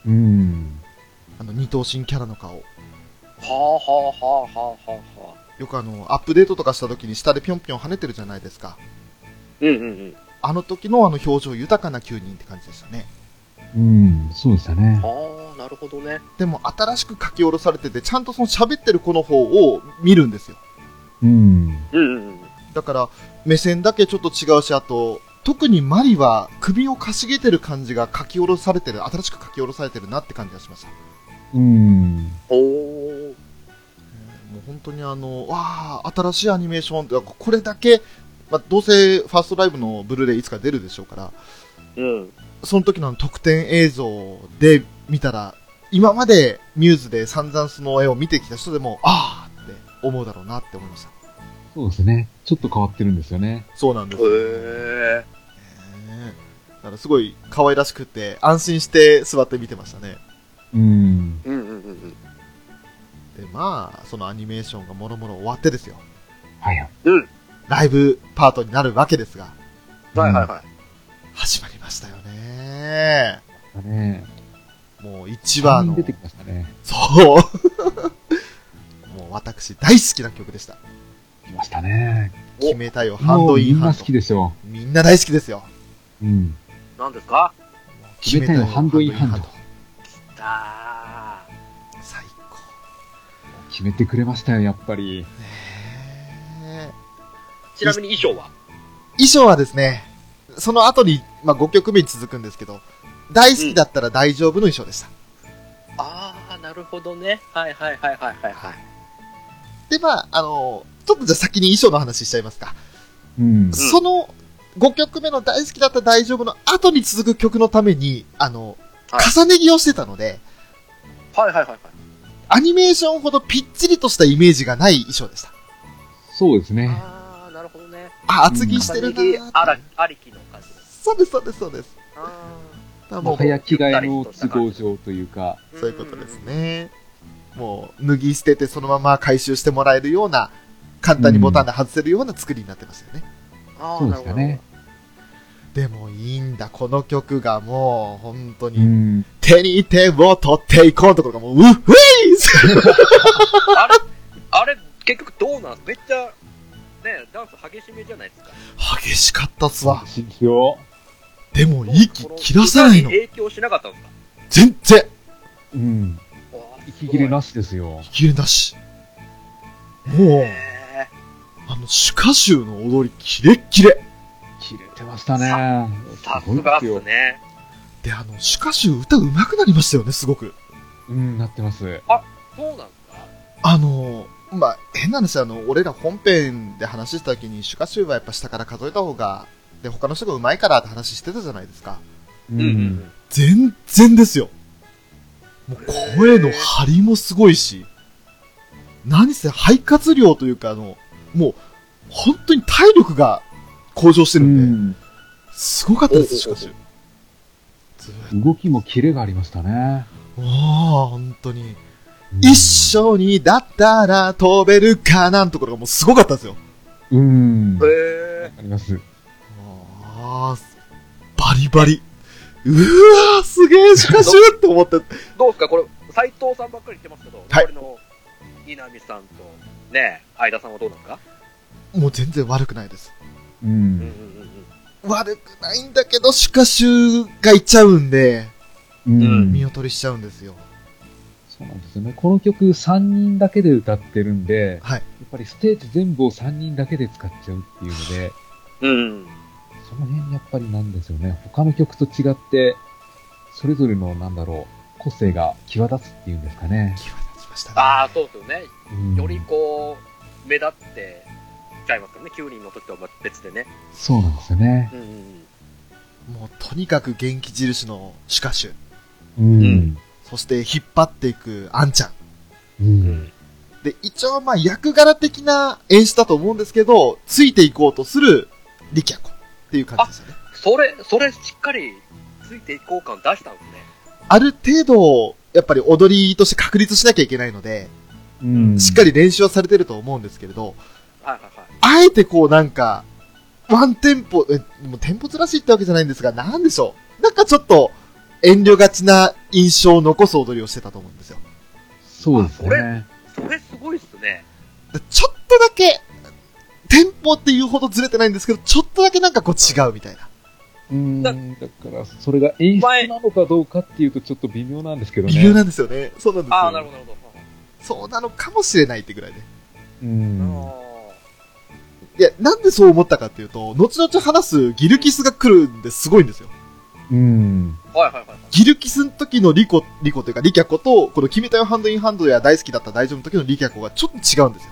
Speaker 1: うん。
Speaker 2: あの、二頭身キャラの顔。
Speaker 3: はあはあはあはあはあはあ。
Speaker 2: よくあの、アップデートとかした時に下でぴょんぴょん跳ねてるじゃないですか。
Speaker 3: うんうんうん。
Speaker 2: あの時のあの表情豊かな9人って感じでしたね。
Speaker 1: うん、そうでしたね。
Speaker 3: ああ、なるほどね。
Speaker 2: でも新しく書き下ろされてて、ちゃんとその喋ってる子の方を見るんですよ。
Speaker 1: うん。
Speaker 3: うんうんうん。
Speaker 2: だから、目線だけちょっと違うし、あと、特にマリは首をかしげてる感じが書き下ろされてる、新しく書き下ろされてるなって感じがしました。
Speaker 1: うん。
Speaker 3: おお。
Speaker 2: もう本当にあの、わあ、新しいアニメーションって、これだけ、まあ、どうせファーストライブのブルーレイいつか出るでしょうから、
Speaker 3: うん。
Speaker 2: その時のあの特典映像で見たら、今までミューズで散々その絵を見てきた人でも、ああって思うだろうなって思いました。
Speaker 1: そうですね。ちょっと変わってるんですよね。
Speaker 2: そうなんです。
Speaker 3: へえ。
Speaker 2: ねだからすごい可愛らしくて、安心して座って見てましたね。
Speaker 1: うん。
Speaker 3: うんうんうんうん。
Speaker 2: で、まあ、そのアニメーションがもろもろ終わってですよ。
Speaker 1: はいはい。
Speaker 2: ライブパートになるわけですが、
Speaker 3: はいはいはい。
Speaker 2: 始まりましたよね。
Speaker 1: ね。
Speaker 2: 一番の
Speaker 1: 出、てきましたね。
Speaker 2: そう。 もう私大好きな曲でした。
Speaker 1: 来ましたね。
Speaker 3: お
Speaker 2: 決めたよ、ハンドイ
Speaker 1: もうみん
Speaker 2: ンハン
Speaker 1: な
Speaker 2: ド
Speaker 1: 好き。でしょ
Speaker 2: みんな大好きですよ。
Speaker 1: う。うん。
Speaker 3: 何ですか
Speaker 1: 決めたよハンドインハンド
Speaker 3: あ
Speaker 2: 最高。
Speaker 1: 決めてくれましたよ、やっぱり。
Speaker 2: ねえ
Speaker 3: ーちなみに衣装は
Speaker 2: 衣装はですね、その後に、まあ、5曲目に続くんですけど、大好きだったら大丈夫の衣装でした。
Speaker 3: ああ、なるほどね。はいはいはいはいはい。はい、
Speaker 2: で、まあ、あの、ちょっとじゃあ先に衣装の話しちゃいますか。
Speaker 1: うん。
Speaker 2: その5曲目の大好きだったら大丈夫の後に続く曲のために、あの、
Speaker 3: はい
Speaker 2: 重ね着をしてたので、
Speaker 3: はいはいはい。
Speaker 2: アニメーションほどぴっちりとしたイメージがない衣装でした。
Speaker 1: そうですね。
Speaker 3: ああ、なるほどね。
Speaker 2: あ、厚着してるな
Speaker 3: 重ね着あら
Speaker 2: ーって
Speaker 3: ありきの感じです。
Speaker 2: そうです、そうです、そうです。
Speaker 3: あ
Speaker 2: だから
Speaker 1: も
Speaker 2: も
Speaker 1: はや
Speaker 2: う、
Speaker 1: 着替えの都合上というか、
Speaker 3: ー
Speaker 2: そういうことです。ね。もう、脱ぎ捨ててそのまま回収してもらえるような、簡単にボタンで外せるような作りになってましたよね。
Speaker 3: あ
Speaker 1: そう
Speaker 3: あ、な
Speaker 1: でし
Speaker 3: るほど
Speaker 1: た。ね。
Speaker 2: でもいいんだ、この曲がもう、本当
Speaker 1: う
Speaker 2: に、
Speaker 1: ん。
Speaker 2: 手に手を取っていこうところがもう、うっふい
Speaker 3: あれ、あれ、結局どうなんめっちゃ、ね、ダンス激しめじゃないですか。
Speaker 2: 激しかったっすわ。
Speaker 1: 新表。
Speaker 2: でも、息切らさないの
Speaker 3: こ歌。に影響しなかったんですか
Speaker 2: 全然、
Speaker 1: うん。
Speaker 3: わあ
Speaker 1: 息切れなしですよ。
Speaker 2: 切れなし。もう、
Speaker 3: へ
Speaker 2: あの、主歌集の踊り、キレッキレ。
Speaker 1: 切れてましたね
Speaker 3: ー。さすがっすね。
Speaker 2: で、あの、主歌集歌上手くなりましたよね、すごく。
Speaker 1: うん、なってます。
Speaker 3: そうなんですか
Speaker 2: あの、まあ、変な話、あの、俺ら本編で話した時に、主歌集はやっぱ下から数えた方が、で、他の人が上手いからって話してたじゃないですか。
Speaker 1: う。。
Speaker 3: うん
Speaker 2: 全然ですよ。もう声の張りもすごいし、何せ肺活量というか、あの、もう、本当に体力が向上して
Speaker 1: う
Speaker 2: るんで、
Speaker 1: ん。
Speaker 2: すごかったです、
Speaker 3: お
Speaker 2: し
Speaker 3: うおうお
Speaker 2: か
Speaker 3: う
Speaker 2: し。ずーっ
Speaker 1: 動きもキレがありましたね。
Speaker 2: と、ああ、本当に。一緒にだったら飛べるかなんところがもうすごかったですよ。
Speaker 1: うん。
Speaker 3: へ
Speaker 1: あ
Speaker 3: え。
Speaker 1: ります。
Speaker 2: ああ、バリバリ。うわー、すげえ、しかしって思って。
Speaker 3: どうですかこれ、斎藤さんばっかり言ってますけど、
Speaker 2: はい
Speaker 3: 残りの稲見さんと、ね、相田さんはどうなんですか
Speaker 2: もう全然悪くないです。
Speaker 1: う
Speaker 3: うんうん
Speaker 1: ん。
Speaker 2: 悪くないんだけど、シュカシュがいっちゃうんで、
Speaker 1: う
Speaker 2: 見
Speaker 1: ん。
Speaker 2: 劣りしちゃうんですよ。
Speaker 1: そうなんですよね。この曲3人だけで歌ってるんで、
Speaker 2: は
Speaker 1: や
Speaker 2: い
Speaker 1: っぱりステージ全部を3人だけで使っちゃうっていうので、
Speaker 3: うんうん。うん。
Speaker 1: その辺やっぱりなんですよね。他の曲と違って、それぞれのなんだろう、個性が際立つっていうんですかね。
Speaker 2: 際立ちましたね。
Speaker 3: ああ、そうですよね。
Speaker 1: うん
Speaker 3: よりこう、目立ってちゃいますからね。9人の時とは別でね。
Speaker 1: そうなんですよね。
Speaker 3: うんうんうん。
Speaker 2: もうとにかく元気印のシュカシュ。
Speaker 1: うん。
Speaker 2: そして引っ張っていくアンちゃん。
Speaker 1: う。
Speaker 3: うんん。
Speaker 2: で、一応まあ役柄的な演出だと思うんですけど、ついていこうとする力也子っていう感じですよね。
Speaker 3: それ、それしっかりついていこう感出したんですね。
Speaker 2: ある程度、やっぱり踊りとして確立しなきゃいけないので、
Speaker 1: うん
Speaker 2: しっかり練習はされてると思うんですけれど、
Speaker 3: はいはいはい。
Speaker 2: あえてこうなんか、ワンテンポ、え、もうテンポずらしいってわけじゃないんですが、なんでしょう。なんかちょっと、遠慮がちな印象を残す踊りをしてたと思うんですよ。
Speaker 1: そうです
Speaker 3: あそれ
Speaker 1: ね。
Speaker 3: それすごいっすね。
Speaker 2: でちょっとだけ、テンポっていうほどずれてないんですけど、ちょっとだけなんかこう違うみたいな。
Speaker 1: うん。だ
Speaker 3: だ
Speaker 1: から、それが演出なのかどうかっていうとちょっと微妙なんですけどね。
Speaker 2: 微妙なんですよね。そうなんですよ。
Speaker 3: ああ、なるほどなるほ
Speaker 2: そうなのかもしれないってぐらいで。
Speaker 1: う
Speaker 3: ど。
Speaker 1: ん。
Speaker 3: あ
Speaker 2: いや、なんでそう思ったかっていうと、後々話すギルキスが来るんですごいんですよ。
Speaker 1: うん。
Speaker 3: ーはいはいはいはい。
Speaker 2: ギルキスの時のリコ、リコというかリキャコと、この決めたよハンドインハンドや大好きだった大丈夫の時のリキャコがちょっと違うんですよ。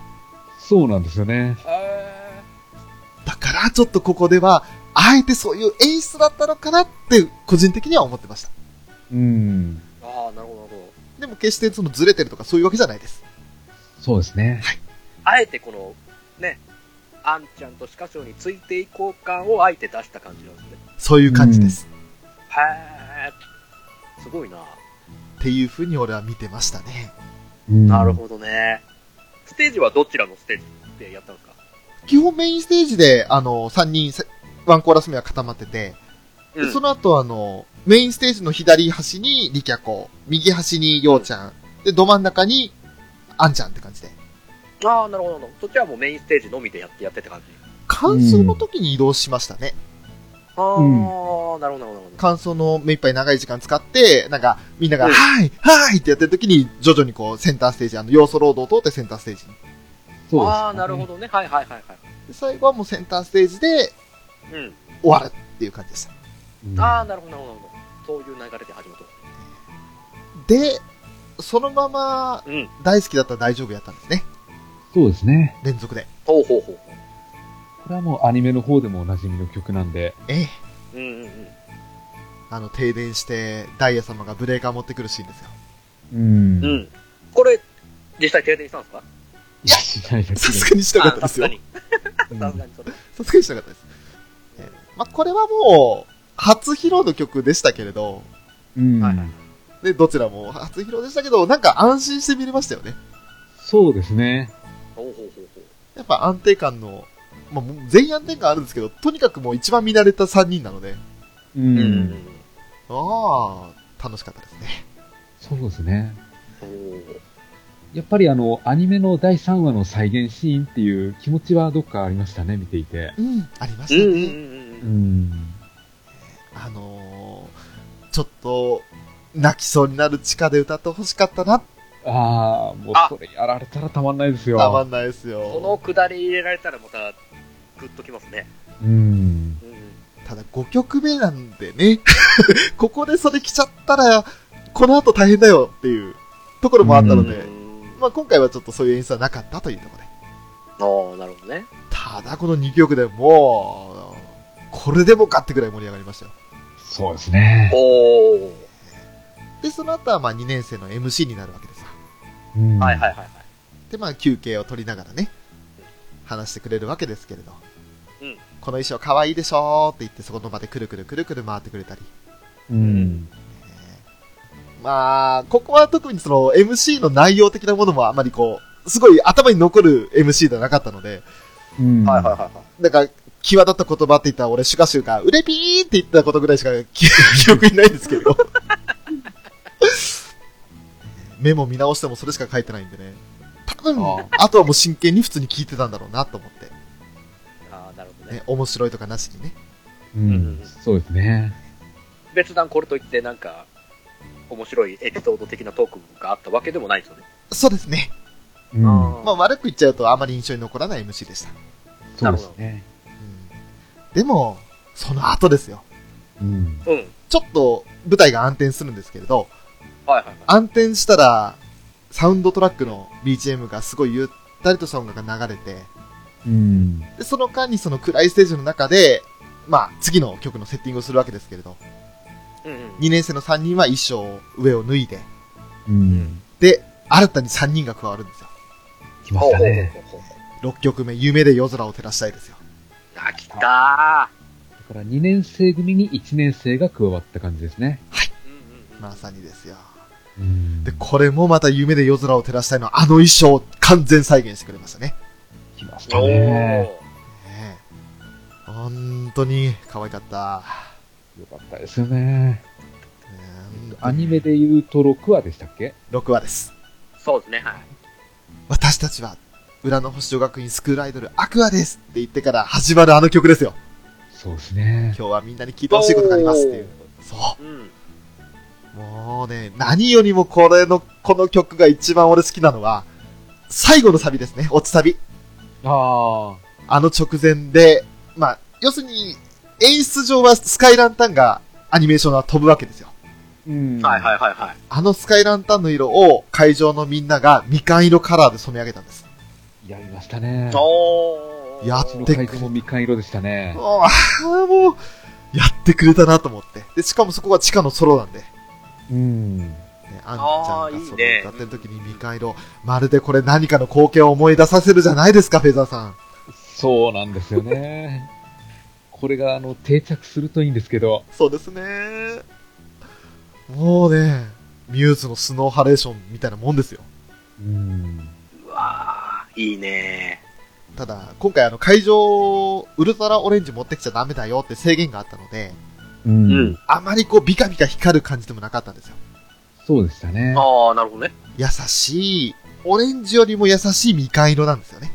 Speaker 1: そうなんですよね。
Speaker 3: へ
Speaker 2: だからちょっとここでは、あえてそういう演出だったのかなって、個人的には思ってました。
Speaker 1: うん。
Speaker 3: ーああ、なるほどなるほど。
Speaker 2: でも決してそのずれてるとかそういうわけじゃないです。
Speaker 1: そうですね。
Speaker 3: あえてこの、ね、あんちゃんとシカショウについていこう感をあえて出した感じなんですね。
Speaker 2: そういう感じです。
Speaker 3: へえ。すごいな。
Speaker 2: っていう風に俺は見てましたね。
Speaker 3: なる
Speaker 1: ど。
Speaker 3: ほどね。ステージはどちらのステージでやったんですか
Speaker 2: 基本メインステージで、あの、3人、せワンコーラス目は固まってて、
Speaker 3: うん
Speaker 2: その後、あの、メインステージの左端にリキャコ、右端にヨウちゃん、で、ど真ん中にアンちゃんって感じで。
Speaker 3: ああ、なるほどなるほど。そっちはもうメインステージのみでやってやってって感じ。
Speaker 2: 感想の時に移動しましたね。
Speaker 3: ああ、
Speaker 1: うん
Speaker 3: なるほどなるほど。
Speaker 2: 感想の目いっぱい長い時間使って、なんか、みんなが、
Speaker 3: うん
Speaker 2: はいはいってやってる時に、徐々にこう、センターステージ、あの、要素ロードを通ってセンターステージに。
Speaker 1: そうです、
Speaker 3: ああ、なるほどね。はいはいはいはい。
Speaker 2: で最後はもうセンターステージで
Speaker 3: うん。
Speaker 2: 終わるっていう感じでした。
Speaker 1: うん
Speaker 3: ああ、なるほどなるほどなるほど。そういう流れで始まった。
Speaker 2: で、そのまま
Speaker 3: うん。
Speaker 2: 大好きだったら大丈夫やったんですね。
Speaker 1: そうですね。
Speaker 2: 連続で。
Speaker 3: ほうほうほうほ
Speaker 1: これはもうアニメの方でもおなじみの曲なんで、
Speaker 2: ええ。
Speaker 3: う。うんうんうん。
Speaker 2: あの、停電して、ダイヤ様がブレーカー持ってくるシーンですよ。
Speaker 1: うん
Speaker 3: う
Speaker 1: い
Speaker 3: ん。これ、実際停電したんですか
Speaker 1: や、しないで
Speaker 2: さ
Speaker 1: す
Speaker 2: す
Speaker 1: ね。
Speaker 2: がにしたかった
Speaker 3: あ
Speaker 2: で
Speaker 3: さ
Speaker 2: す
Speaker 3: す
Speaker 2: よ
Speaker 3: が。に。
Speaker 1: うん
Speaker 3: さすがにそれ。
Speaker 2: さすがにしたかったです。ええまあ、これはもう、初披露の曲でしたけれど、
Speaker 1: うん
Speaker 3: はいはい
Speaker 2: で、どちらも初披露でしたけど、なんか安心して見れましたよね。
Speaker 1: そうですね。
Speaker 3: ほうほうほうほう。
Speaker 2: やっぱ安定感の、まあ、もう全員安定感あるんですけど、とにかくもう一番見慣れた3人なので、
Speaker 1: う
Speaker 3: うんん。
Speaker 2: ああ、楽しかったですね。
Speaker 1: そうですね。
Speaker 3: ほう
Speaker 1: やっぱりあの、アニメの第3話の再現シーンっていう気持ちはどっかありましたね、見ていて。
Speaker 2: うん、ありま
Speaker 3: うん
Speaker 2: し
Speaker 3: う
Speaker 2: た
Speaker 3: んう
Speaker 2: ね。
Speaker 3: ん
Speaker 1: う
Speaker 3: うん。
Speaker 1: ん。
Speaker 2: あのー、ちょっと、泣きそうになる地下で歌ってほしかったな、
Speaker 1: ああ、もう
Speaker 3: あ
Speaker 1: それやられたらたまんないですよ。
Speaker 2: たまんないです
Speaker 3: こ
Speaker 2: よ。
Speaker 3: のくだり入れられたらまた、グッときますね。
Speaker 1: うん。
Speaker 3: うんうん。
Speaker 2: ただ5曲目なんでね、 ここでそれ来ちゃったら、この後大変だよっていうところもあったので、
Speaker 3: うん
Speaker 2: まあ今回はちょっとそういう演出はなかったというところで。
Speaker 3: ああ、なるほどね。
Speaker 2: ただこの2曲でもう、これでもかってくらい盛り上がりましたよ。
Speaker 1: そうですね。
Speaker 3: おお、
Speaker 2: で、その後はまあ2年生の MC になるわけですよ。
Speaker 1: うん
Speaker 3: はいはいはいはい。
Speaker 2: で、まあ休憩を取りながらね、話してくれるわけですけれど。
Speaker 3: うん
Speaker 2: この衣装可愛いでしょーって言ってそこの場でくるくるくるくる回ってくれたり。
Speaker 1: うん。
Speaker 2: まあ、ここは特にその MC の内容的なものもあまりこう、すごい頭に残る MC ではなかったので、
Speaker 1: うん。
Speaker 3: はいはいはいはい。
Speaker 2: なんか、際立った言葉って言ったら俺、シュカシュカ、うれぴーって言ったことぐらいしか記記憶にないんですけど。 メモ見直してもそれしか書いてないんでね。多分、
Speaker 1: あ
Speaker 2: あとはもう真剣に普通に聞いてたんだろうなと思っ
Speaker 3: ああ、なるほど
Speaker 2: て。
Speaker 3: ね
Speaker 2: ね、。面白いとかなしにね。
Speaker 1: う
Speaker 3: うん
Speaker 1: ん。そうですね。
Speaker 3: 別段これといって、なんか、面白いエピソード的なトークがあったわけでもないですよね。
Speaker 2: そうですね。
Speaker 1: うん。
Speaker 2: まあ悪く言っちゃうとあまり印象に残らない MC でした。
Speaker 1: そうですね。
Speaker 2: うん、でも、その後ですよ。
Speaker 1: うん。
Speaker 3: うん。
Speaker 2: ちょっと舞台が暗転するんですけれど、
Speaker 3: はいはいはい。
Speaker 2: 暗転したら、サウンドトラックの BGM がすごいゆったりとした音楽が流れて、
Speaker 1: うん。
Speaker 2: で、その間にその暗いステージの中で、まあ、次の曲のセッティングをするわけですけれど、
Speaker 3: うんうん。
Speaker 2: 2年生の3人は衣装を、上を脱いで、
Speaker 1: うん。
Speaker 2: で、新たに3人が加わるんですよ。
Speaker 1: 来ましたね。
Speaker 3: ほうほうほうほう
Speaker 2: 6曲目、夢で夜空を照らしたいですよ。
Speaker 3: あ、来た
Speaker 1: だから2年生組に1年生が加わった感じですね。
Speaker 3: ー。うんうん。
Speaker 2: まさにですよ。
Speaker 1: うん
Speaker 2: で、これもまた夢で夜空を照らしたいのあの衣装を完全再現してくれましたね。
Speaker 1: 来まし
Speaker 3: お
Speaker 1: た
Speaker 3: お
Speaker 1: ね。
Speaker 2: ねえ本当に可愛かった。
Speaker 1: よかったですよね。
Speaker 2: ねえ
Speaker 1: アニメで言うと6話でしたっけ
Speaker 2: 6話です。
Speaker 3: そうですね、はい。
Speaker 2: 私たちは、裏の星女学院スクールアイドルアクアですって言ってから始まるあの曲ですよ。
Speaker 1: そうですね。
Speaker 2: 今日はみんなに聞いてほしいことがありますっていう。そ
Speaker 3: うん。
Speaker 2: う。もうね、何よりもこれの、この曲が一番俺好きなのは、最後のサビですね。落ちサビ。
Speaker 1: ああ。
Speaker 2: あの直前で、まあ、要するに、演出上はスカイランタンがアニメーションは飛ぶわけですよ。
Speaker 1: うん。
Speaker 3: はいはいはいはい。
Speaker 2: あのスカイランタンの色を会場のみんながみかん色カラーで染め上げたんです。
Speaker 1: い。やりましたね。
Speaker 3: おー。
Speaker 2: やっ
Speaker 1: うち
Speaker 2: て
Speaker 1: の
Speaker 2: くれ
Speaker 1: 会場もみかん色でしたね。
Speaker 2: もうあーもう、やってくれたなと思って。で、しかもそこが地下のソロなんで。ね、
Speaker 1: うん。
Speaker 2: あんちゃんがソ
Speaker 3: あーいいね
Speaker 2: ロを歌ってる時にみかん色。まるでこれ何かの光景を思い出させるじゃないですか、フェザーさん。
Speaker 1: そうなんですよね。これが、あの、定着するといいんですけど。
Speaker 2: そうですね。もうね、ミューズのスノーハレーションみたいなもんですよ。
Speaker 1: うん。
Speaker 3: うわー、いいね
Speaker 2: ただ、今回あの会場、ウルトラオレンジ持ってきちゃダメだよって制限があったので、
Speaker 3: ー。
Speaker 1: うん
Speaker 3: うん。
Speaker 2: あまりこうビカビカ光る感じでもなかったんですよ。
Speaker 1: そうでしたね。
Speaker 3: ああ、なるほどね。
Speaker 2: 優しい、オレンジよりも優しいみかん色なんですよね。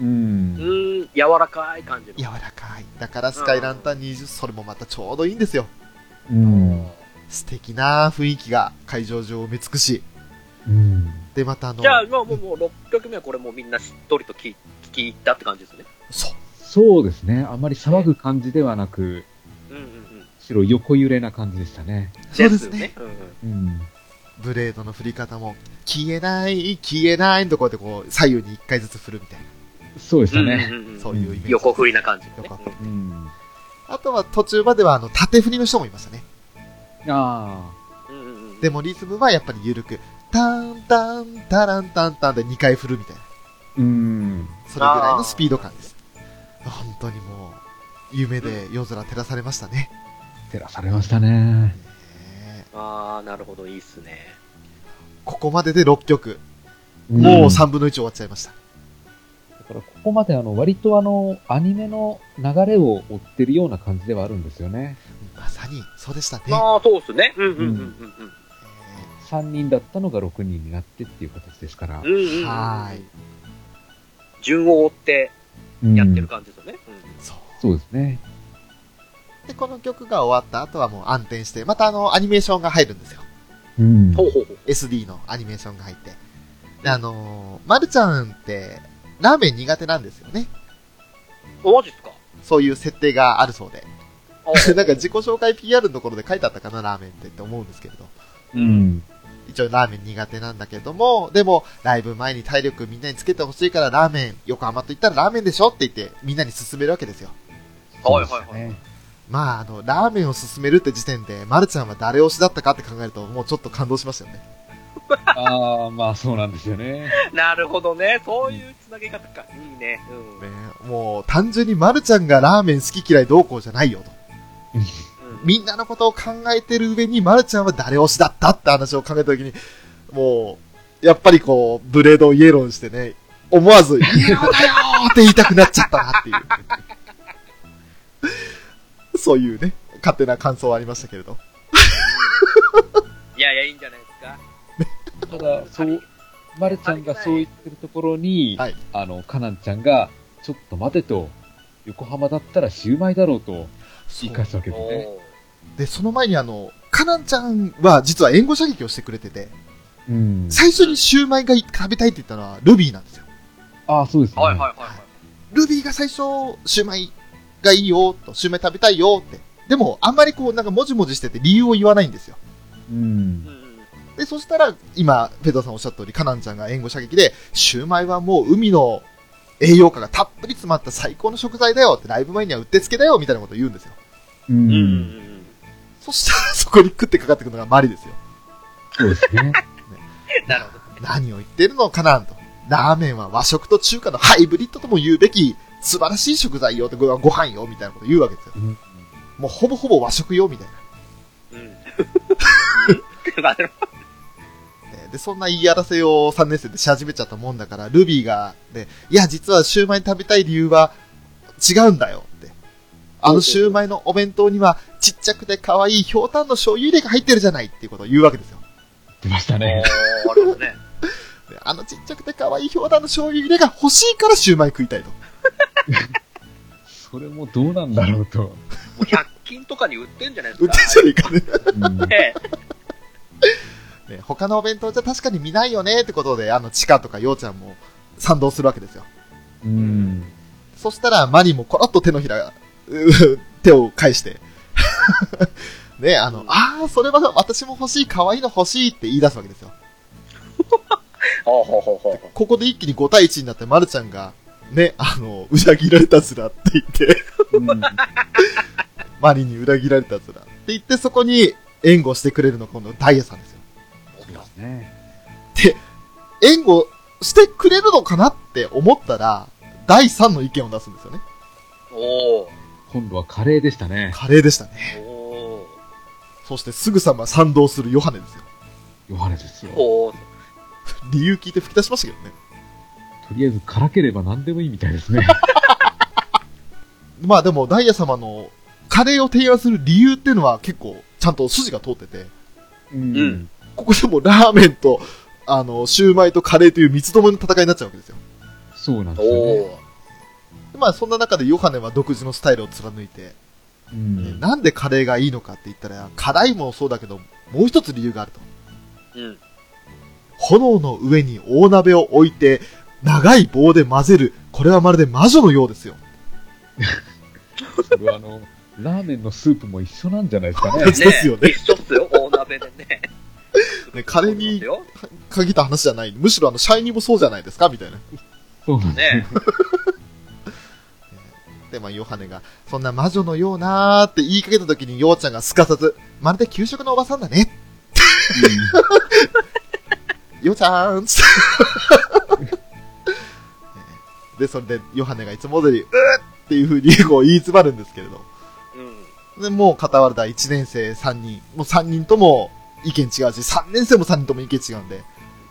Speaker 1: う。
Speaker 3: うんーん、柔らかい感じの。
Speaker 2: 柔らかい。だからスカイランタン20、それもまたちょうどいいんですよ。
Speaker 1: うん。
Speaker 2: 素敵な雰囲気が会場上を埋め尽くし、
Speaker 1: うん。
Speaker 2: で、またあの、
Speaker 3: じゃあ、まあ、もう、もう、6曲目はこれもうみんなしっとりと聞き聞き入ったって感じですね。
Speaker 2: そう、
Speaker 1: そうですね。あまり騒ぐ感じではなく、
Speaker 3: うんうんうん。
Speaker 1: 白横揺れな感じでしたね。
Speaker 2: そうですね
Speaker 3: ようんうん
Speaker 1: うん。
Speaker 2: ブレードの振り方も、消えない、消えないのとこでこう、左右に1回ずつ振るみたいな、
Speaker 1: そうでした
Speaker 3: うん
Speaker 1: ね。
Speaker 3: うんうん
Speaker 2: そういうイメージ。
Speaker 3: 横振りな感じのね。
Speaker 2: 横振り
Speaker 1: うん。
Speaker 2: あとは途中まではあの、縦振りの人もいましたね。
Speaker 1: あ
Speaker 3: うんうんうんうん
Speaker 2: でもリズムはやっぱり緩く、ターンターン、タランタンタンで2回振るみたいな。
Speaker 1: あ。うん。
Speaker 2: それぐらいのスピード感です。本当にもう、夢で夜空照らされましたね。
Speaker 1: 照らされましたね。
Speaker 2: ねえ
Speaker 3: ああ、なるほど、いいっすね。
Speaker 2: ここまでで6曲。もう
Speaker 1: さ
Speaker 2: 3分の1終わっちゃいました。
Speaker 1: だからここまであの、割とあの、アニメの流れを追ってるような感じではあるんですよね。
Speaker 2: まさに、そうでしたね。
Speaker 3: ああ、そうっすね。うんうんうん
Speaker 1: 3人だったのが6人になってっていう形ですから
Speaker 3: うんう。ん。うんうんうん。
Speaker 2: はーい。
Speaker 3: 順を追ってやってる感じですよね。うん
Speaker 2: そう。
Speaker 1: そうですね。
Speaker 2: で、この曲が終わった後はもう暗転して、またあの、アニメーションが入るんですよ。
Speaker 1: うん。
Speaker 3: ほうほうほう。
Speaker 2: SD のアニメーションが入って。で、あのー、まるちゃんって、ラーメン苦手なんですよね。
Speaker 3: おマジっすか
Speaker 2: そういう設定があるそうで。
Speaker 3: あー
Speaker 2: なんか自己紹介 PR のところで書いてあったかな、ラーメンってって思うんですけれど。
Speaker 1: うん。
Speaker 2: 一応ラーメン苦手なんだけども、でも、ライブ前に体力みんなにつけてほしいからラーメン、横浜と言ったらラーメンでしょって言って、みんなに勧めるわけですよ。
Speaker 3: はいはいはい。
Speaker 1: ね
Speaker 2: まあ、あの、ラーメンを勧めるって時点で、まるちゃんは誰推しだったかって考えると、もうちょっと感動しましたよね。
Speaker 1: ああ、まあそうなんですよね。
Speaker 3: なるほどね。そういうつなげ方か。いいね。うん。
Speaker 2: ねもう、単純にまるちゃんがラーメン好き嫌いどうこうじゃないよと。
Speaker 3: うん
Speaker 2: みんなのことを考えてる上に、まるちゃんは誰推しだったって話を考えた時に、もう、やっぱりこう、ブレードをイエローにしてね、思わず、イエローだよーって言いたくなっちゃったなっていう。 そういうね、勝手な感想はありましたけれど。
Speaker 3: いやいや、いいんじゃないですか。
Speaker 1: ただ、そう、まるちゃんがそう言ってるところに、
Speaker 2: はい
Speaker 1: あの、かなんちゃんが、ちょっと待てと、横浜だったらシューマイだろうと言い返すわけですね。
Speaker 3: おー
Speaker 2: で、その前にあの、かなんちゃんは実は援護射撃をしてくれてて、
Speaker 1: うん。
Speaker 2: 最初にシューマイが食べたいって言ったのはルビーなんですよ。
Speaker 1: ああ、そうですね。
Speaker 3: はいはいはいはい。
Speaker 2: ルビーが最初、シューマイがいいよと、シューマイ食べたいよって。でも、あんまりこう、なんかもじもじしてて理由を言わないんですよ。
Speaker 1: う
Speaker 3: うん
Speaker 1: ん。
Speaker 3: うん。
Speaker 2: で、そしたら、今、ペドさんおっしゃった通り、カナンちゃんが援護射撃で、シューマイはもう海の栄養価がたっぷり詰まった最高の食材だよって、ライブ前にはうってつけだよみたいなことを言うんですよ。
Speaker 1: う。
Speaker 3: うんんうんうん。
Speaker 2: そしたら、そこに食ってかかってくるのがマリですよ。
Speaker 1: そうですね。
Speaker 3: なるほど。
Speaker 2: 何を言ってるの、カナンと。ラーメンは和食と中華のハイブリッドとも言うべき、素晴らしい食材よって、これはご飯よみたいなこと言うわけですよ。
Speaker 1: うん
Speaker 2: もうほぼほぼ和食よみたいな。
Speaker 3: うん。まあでも
Speaker 2: ねで、そんな言い争いを3年生でし始めちゃったもんだから、ルビーが、で、いや、実はシューマイ食べたい理由は違うんだよって。あのシューマイのお弁当には、ちっちゃくて可愛いひょうたんの醤油入れが入ってるじゃないっていうことを言うわけですよ。
Speaker 1: 出ました ね。
Speaker 3: おーあれですね。
Speaker 2: であのちっちゃくて可愛いひょうたんの醤油入れが欲しいからシューマイ食いたいと。
Speaker 1: それもどうなんだろうと。
Speaker 3: もう100均とかに売ってんじゃないです
Speaker 2: 売っ
Speaker 3: か。
Speaker 2: てんじゃねえかね。
Speaker 1: うん
Speaker 3: え
Speaker 2: ね他のお弁当じゃ確かに見ないよねってことで、あの、チカとかようちゃんも賛同するわけですよ。
Speaker 1: うん。
Speaker 2: そしたら、マリもコロッと手のひら、 うー手を返して。 ね、あの、
Speaker 3: うん
Speaker 2: ああ、それは私も欲しい、可愛いの欲しいって言い出すわけですよ。
Speaker 3: え。ほうほうほうほう。
Speaker 2: ここで一気に5対1になって、マルちゃんが、ね、あの、裏切られたずらって言って、
Speaker 1: うん
Speaker 2: マリに裏切られたずらって言って、そこに援護してくれるのが今度ダイヤさんですよ。
Speaker 1: そうですね。
Speaker 2: 援護してくれるのかなって思ったら、第3の意見を出すんですよね。
Speaker 3: お
Speaker 1: 今度はカレーでしたね。
Speaker 2: カレーでしたね。
Speaker 3: ーお
Speaker 2: そしてすぐさま賛同するヨハネですよ。
Speaker 1: ヨハネですよ。
Speaker 3: ー
Speaker 1: と
Speaker 3: おー
Speaker 2: 理由聞いて吹き出しましたけどね。
Speaker 1: りあえず辛ければ何でもいいみたいですね。
Speaker 2: まあでも、ダイヤ様のカレーを提案する理由っていうのは結構ちゃんと筋が通ってて、
Speaker 1: うん
Speaker 3: うん
Speaker 2: ここでもラーメンと、あの、シューマイとカレーという三つどもえの戦いになっちゃうわけですよ。
Speaker 1: そうなんですよね。
Speaker 3: おお。
Speaker 2: でまあそんな中でヨハネは独自のスタイルを貫いて、
Speaker 1: う
Speaker 2: ね
Speaker 1: ん
Speaker 2: なんでカレーがいいのかって言ったら、辛いもそうだけど、もう一つ理由があると。
Speaker 3: うん。
Speaker 2: 炎の上に大鍋を置いて、長い棒で混ぜる。これはまるで魔女のようですよ。
Speaker 1: それはあの、ラーメンのスープも一緒なんじゃないですかね。
Speaker 2: ですよね
Speaker 3: 一緒っすよ、大鍋でね。
Speaker 2: ねカレーに
Speaker 3: そうなんで
Speaker 2: 限った話じゃない。むしろあの、シャイニーもそうじゃないですかみたいな。
Speaker 1: そうなん
Speaker 3: すよ。ね
Speaker 2: で、まあ、ヨハネが、そんな魔女のようなーって言いかけた時に、ヨウちゃんがすかさず、まるで給食のおばさんだね。ヨウちゃーん つって。で、それで、ヨハネがいつも通り、うーっていう風にこう言い詰まるんですけれど。
Speaker 3: うん。
Speaker 2: で、もう片割れた1年生3人。もう3人とも意見違うし、3年生も3人とも意見違うんで、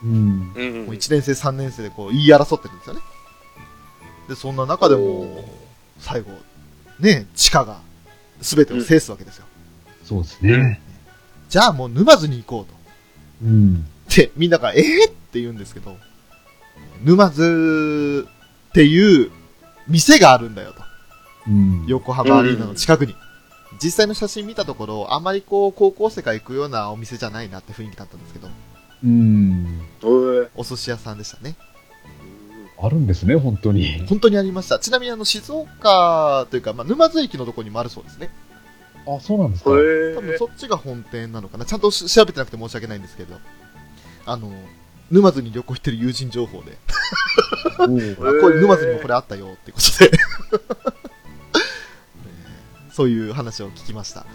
Speaker 1: うん。
Speaker 3: うん。うん
Speaker 2: もう1年生3年生でこう言い争ってるんですよね。で、そんな中でも、最後、ね、地下が全てを制すわけですよ。
Speaker 1: そうですね。
Speaker 2: じゃあもう沼津に行こうと。
Speaker 1: うん。
Speaker 2: って、みんなが、えー、って言うんですけど、沼津っていう店があるんだよと。
Speaker 1: うん。
Speaker 2: 横浜アリーナの近くに。実際の写真見たところ、あまりこう、高校生が行くようなお店じゃないなって雰囲気だったんですけど、
Speaker 1: うん。
Speaker 3: うん
Speaker 2: お寿司屋さんでしたね。
Speaker 1: あるんですね、本当に。
Speaker 2: 本当にありました。ちなみにあの、静岡というか、まあ、沼津駅のところにもあるそうですね。
Speaker 1: あ、そうなんですか。
Speaker 2: 多
Speaker 3: へ
Speaker 2: 分
Speaker 3: え。
Speaker 2: そっちが本店なのかな。ちゃんとし調べてなくて申し訳ないんですけど、あの、沼津に旅行行ってる友人情報で、
Speaker 1: お
Speaker 2: あこれ沼津にもこれあったよってことで、 ねそういう話を聞きました。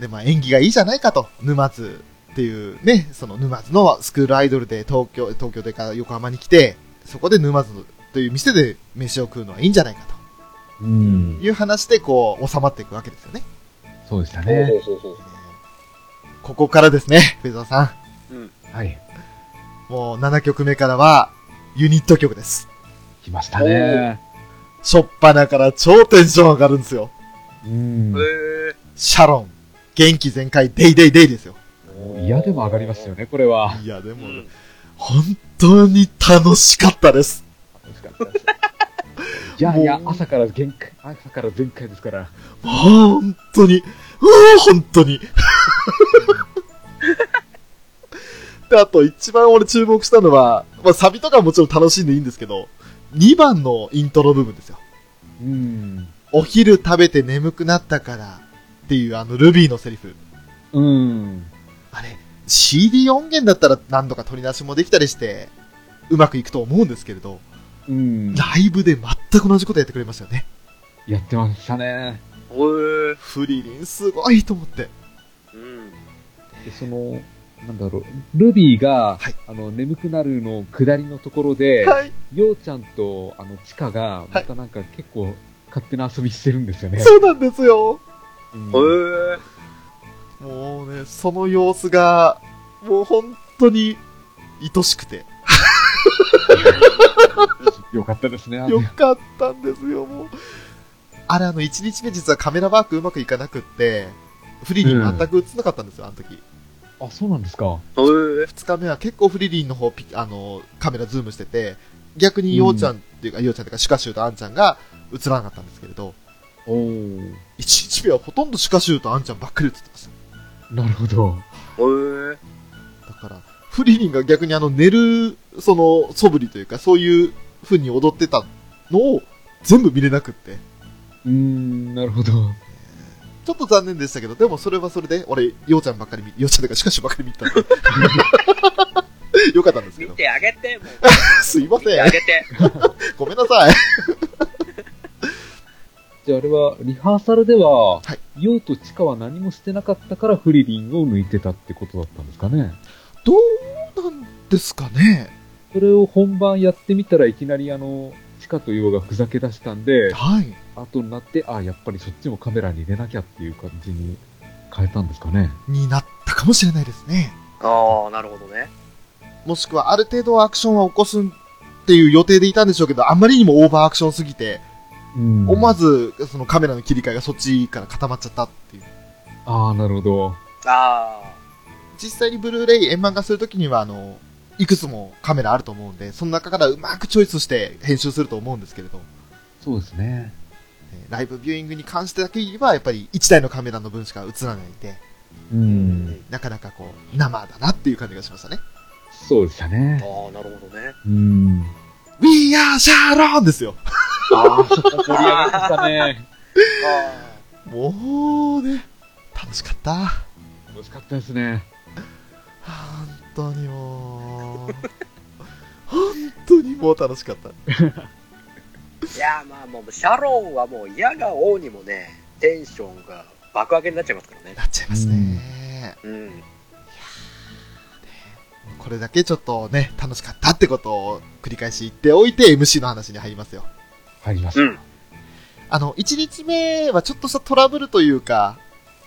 Speaker 2: で、まあ演技がいいじゃないかと、沼津っていうね、その沼津のスクールアイドルで東京、東京でか横浜に来て、そこで沼津という店で飯を食うのはいいんじゃないか
Speaker 1: うん
Speaker 2: と。いう話でこう収まっていくわけですよね。
Speaker 1: そうでした
Speaker 3: ほ
Speaker 1: ね
Speaker 3: う。ほうほうほ
Speaker 2: ここからですね、フェザーさ
Speaker 1: はい。
Speaker 2: ん。もう7曲目からはユニット曲です。
Speaker 1: 来ましたね。
Speaker 2: しょっぱなから超テンション上がるんですよ。
Speaker 1: うん
Speaker 3: う。。へえ。
Speaker 2: シャロン、元気全開、デイデイデイですよ。
Speaker 1: 嫌でも上がりますよね、これ は。
Speaker 2: いや、で
Speaker 3: う
Speaker 2: も、
Speaker 3: ん。
Speaker 2: 本当に楽しかったです。
Speaker 1: 楽しかったです。いやいや、朝から限界、朝から全開ですから。
Speaker 2: 本当に、うー本当 に。で、あと一番俺注目したのは、まあ、サビとかはもちろん楽しんでいいんですけど、2番のイントロ部分ですよ。
Speaker 1: うん。
Speaker 2: お昼食べて眠くなったからっていうあのルビーのセリフ。
Speaker 1: うん。
Speaker 2: あれ、CD 音源だったら何度か取り出しもできたりして、うまくいくと思うんですけれど、
Speaker 1: うん。
Speaker 2: ライブで全く同じことやってくれましたよね。
Speaker 1: やってましたね。
Speaker 3: へえ。
Speaker 2: フリリンすごいと思って。
Speaker 3: うん。
Speaker 1: でその、なんだろう、ルビーが、
Speaker 2: はい
Speaker 1: あの、眠くなるの下りのところで、
Speaker 2: はい。
Speaker 1: ようちゃんと、あの、チカが、またなんか結構、勝手な遊びしてるんですよね。
Speaker 2: そうなんですよ。
Speaker 1: うん
Speaker 3: へえ。
Speaker 2: もうね、その様子が、もう本当に愛しくて。
Speaker 1: よかったですね。あの
Speaker 2: よかったんですよ、もう。あれ、あの、1日目実はカメラワークうまくいかなくって、フリリン全く映んなかったんですよ、あの時。
Speaker 1: あ、そうなんですか。
Speaker 3: へえ。
Speaker 2: 2日目は結構フリリンの方ピ、あの、カメラズームしてて、逆にようちゃんっていうか、ようちゃんというか、シュカシュウとアンちゃんが映らなかったんですけれど、
Speaker 1: おー
Speaker 2: 1日目はほとんどシュカシュウとアンちゃんばっかり映ってました。
Speaker 1: なるほど。
Speaker 3: へえ。
Speaker 2: だから、フリリンが逆にあの寝る、その、素振りというか、そういう風に踊ってたのを全部見れなくって。
Speaker 1: うーん、なるほど。
Speaker 2: ちょっと残念でしたけど、でもそれはそれで、俺、ようちゃんばっかり見、ようちゃんというか、しかしばっかり見たんで。よかったんですけ
Speaker 3: 見
Speaker 2: ど。
Speaker 3: てあげて、もう。
Speaker 2: すいま
Speaker 3: 見て
Speaker 2: せ
Speaker 3: あ
Speaker 2: ん。
Speaker 3: げて。
Speaker 2: ごめんなさい。
Speaker 1: じゃああれは、リハーサルでは、
Speaker 2: は
Speaker 1: ヨウとチカは何もしてなかったからフリリンを抜いてたってことだったんですかね。
Speaker 2: どうなんですかね。
Speaker 1: それを本番やってみたらいきなりあの、チカとヨウがふざけ出したんで、
Speaker 2: はい。
Speaker 1: 後になって、あ、やっぱりそっちもカメラに入れなきゃっていう感じに変えたんですかね。
Speaker 2: になったかもしれないですね。
Speaker 3: ああ、なるほどね。
Speaker 2: もしくは、ある程度アクションは起こすっていう予定でいたんでしょうけど、あまりにもオーバーアクションすぎて、
Speaker 1: うん
Speaker 2: 思わず、そのカメラの切り替えがそっちから固まっちゃったっていう。
Speaker 1: ああ、なるほど。
Speaker 3: あ
Speaker 2: 実際にブルーレイ円満化するときには、あの、いくつもカメラあると思うんで、その中からうまくチョイスして編集すると思うんですけれど、
Speaker 1: そうですね。
Speaker 2: えーライブビューイングに関してだけ言えば、やっぱり1台のカメラの分しか映らないんで、
Speaker 1: う
Speaker 3: ー
Speaker 1: ん。
Speaker 2: なかなかこう、生だなっていう感じがしましたね。
Speaker 1: そうでした
Speaker 3: あ
Speaker 1: ね。
Speaker 3: ーなるほどね。
Speaker 1: うん。
Speaker 2: We are Sharon! ですよ。
Speaker 1: ああ、そこ盛り上がりましたね。
Speaker 3: あ
Speaker 2: もうね、楽しかった。は
Speaker 1: 惜しかったですね。
Speaker 2: あ本当にもう、 本当にもう楽しかった。
Speaker 3: ーいやーまあもうシャロンはもう嫌が王にもねテンションが爆上げになっちゃいますからね。
Speaker 2: なっちゃいますね。
Speaker 3: うん。
Speaker 2: これだけちょっとね、楽しかったってことを繰り返し言っておいて MC の話に入りますよ。
Speaker 1: 入りまし
Speaker 3: う
Speaker 1: た。
Speaker 3: ん。
Speaker 2: あの、1日目はちょっとしたトラブルというか、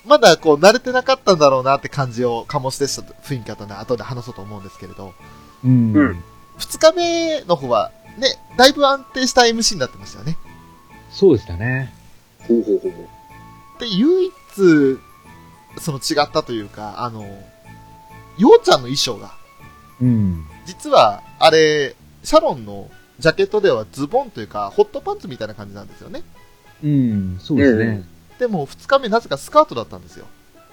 Speaker 2: まだこう慣れてなかったんだろうなって感じを醸し出した雰囲気だったんで、後で話そうと思うんですけれど、
Speaker 1: うん
Speaker 3: うん
Speaker 2: 2日目の方はね、だいぶ安定した MC になってましたよね。
Speaker 1: そうでしたね。
Speaker 3: ほうほうほうほう。
Speaker 2: で、唯一、その違ったというか、あの、ようちゃんの衣装が、
Speaker 1: うん。
Speaker 2: 実は、あれ、シャロンのジャケットではズボンというか、ホットパンツみたいな感じなんですよね。
Speaker 1: うん、そうですね。
Speaker 2: でも、2日目なぜかスカートだったんですよ。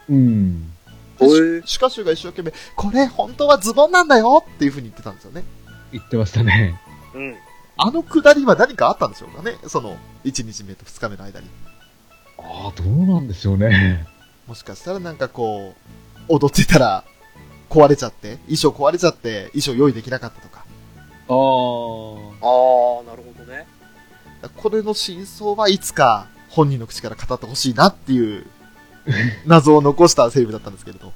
Speaker 1: うん。
Speaker 2: でシ
Speaker 3: へ
Speaker 2: ュ
Speaker 3: ー
Speaker 2: シュカシュが一生懸命、これ本当はズボンなんだよっていう風に言ってたんですよね。
Speaker 1: 言ってましたね。
Speaker 3: うん。
Speaker 2: あのくだりは何かあったんでしょうかねその、1日目と2日目の間に。
Speaker 1: ああ、どうなんでしょうね。
Speaker 2: もしかしたらなんかこう、踊ってたら、壊れちゃって、衣装壊れちゃって、衣装用意できなかったと
Speaker 1: ああ。
Speaker 2: か。
Speaker 3: ああなるほどね。
Speaker 2: これの真相はいつか本人の口から語ってほしいなっ ていう謎を残したセリフだったんですけれど。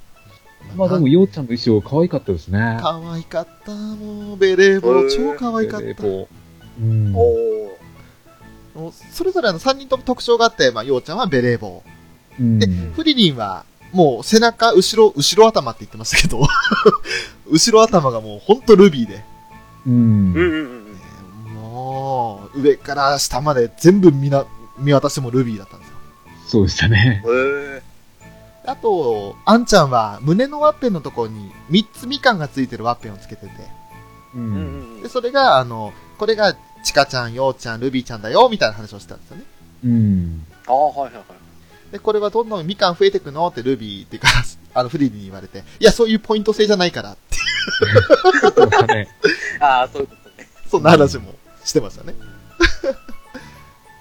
Speaker 1: まあでも、ようちゃんの衣装可愛かったですね。
Speaker 2: 可愛かった、もう、ベレー帽
Speaker 3: へ、ー
Speaker 2: 超可愛かっ
Speaker 1: えー
Speaker 2: た。
Speaker 1: とうん。
Speaker 3: おお。
Speaker 2: もうそれぞれあの3人とも特徴があって、まあ、ようちゃんはベレー帽。
Speaker 1: うん
Speaker 2: で、フリリンは、もう背中、後ろ、後ろ頭って言ってましたけど、 後ろ頭がもうほんとルビーで、
Speaker 1: うん
Speaker 3: うんうんうんうん。
Speaker 2: もう、上から下まで全部見な、見渡してもルビーだったんですよ。
Speaker 1: そうでしたね。
Speaker 3: へえ。
Speaker 2: あと、あんちゃんは胸のワッペンのところに3つみかんがついてるワッペンをつけてて、
Speaker 1: う。
Speaker 3: うんうんん
Speaker 2: で、それが、あの、これが、ちかちゃん、ようちゃん、ルビーちゃんだよ、みたいな話をしてたんですよね。
Speaker 1: うん。
Speaker 3: ああはいはいはい。
Speaker 2: で、これはどんどんみかん増えてくのってルビーっていうか、 あの、フリーに言われて、いや、そういうポイント制じゃないからって、
Speaker 1: そうでしたね。
Speaker 3: ああそういうことね。
Speaker 2: そんな話もしてましたね。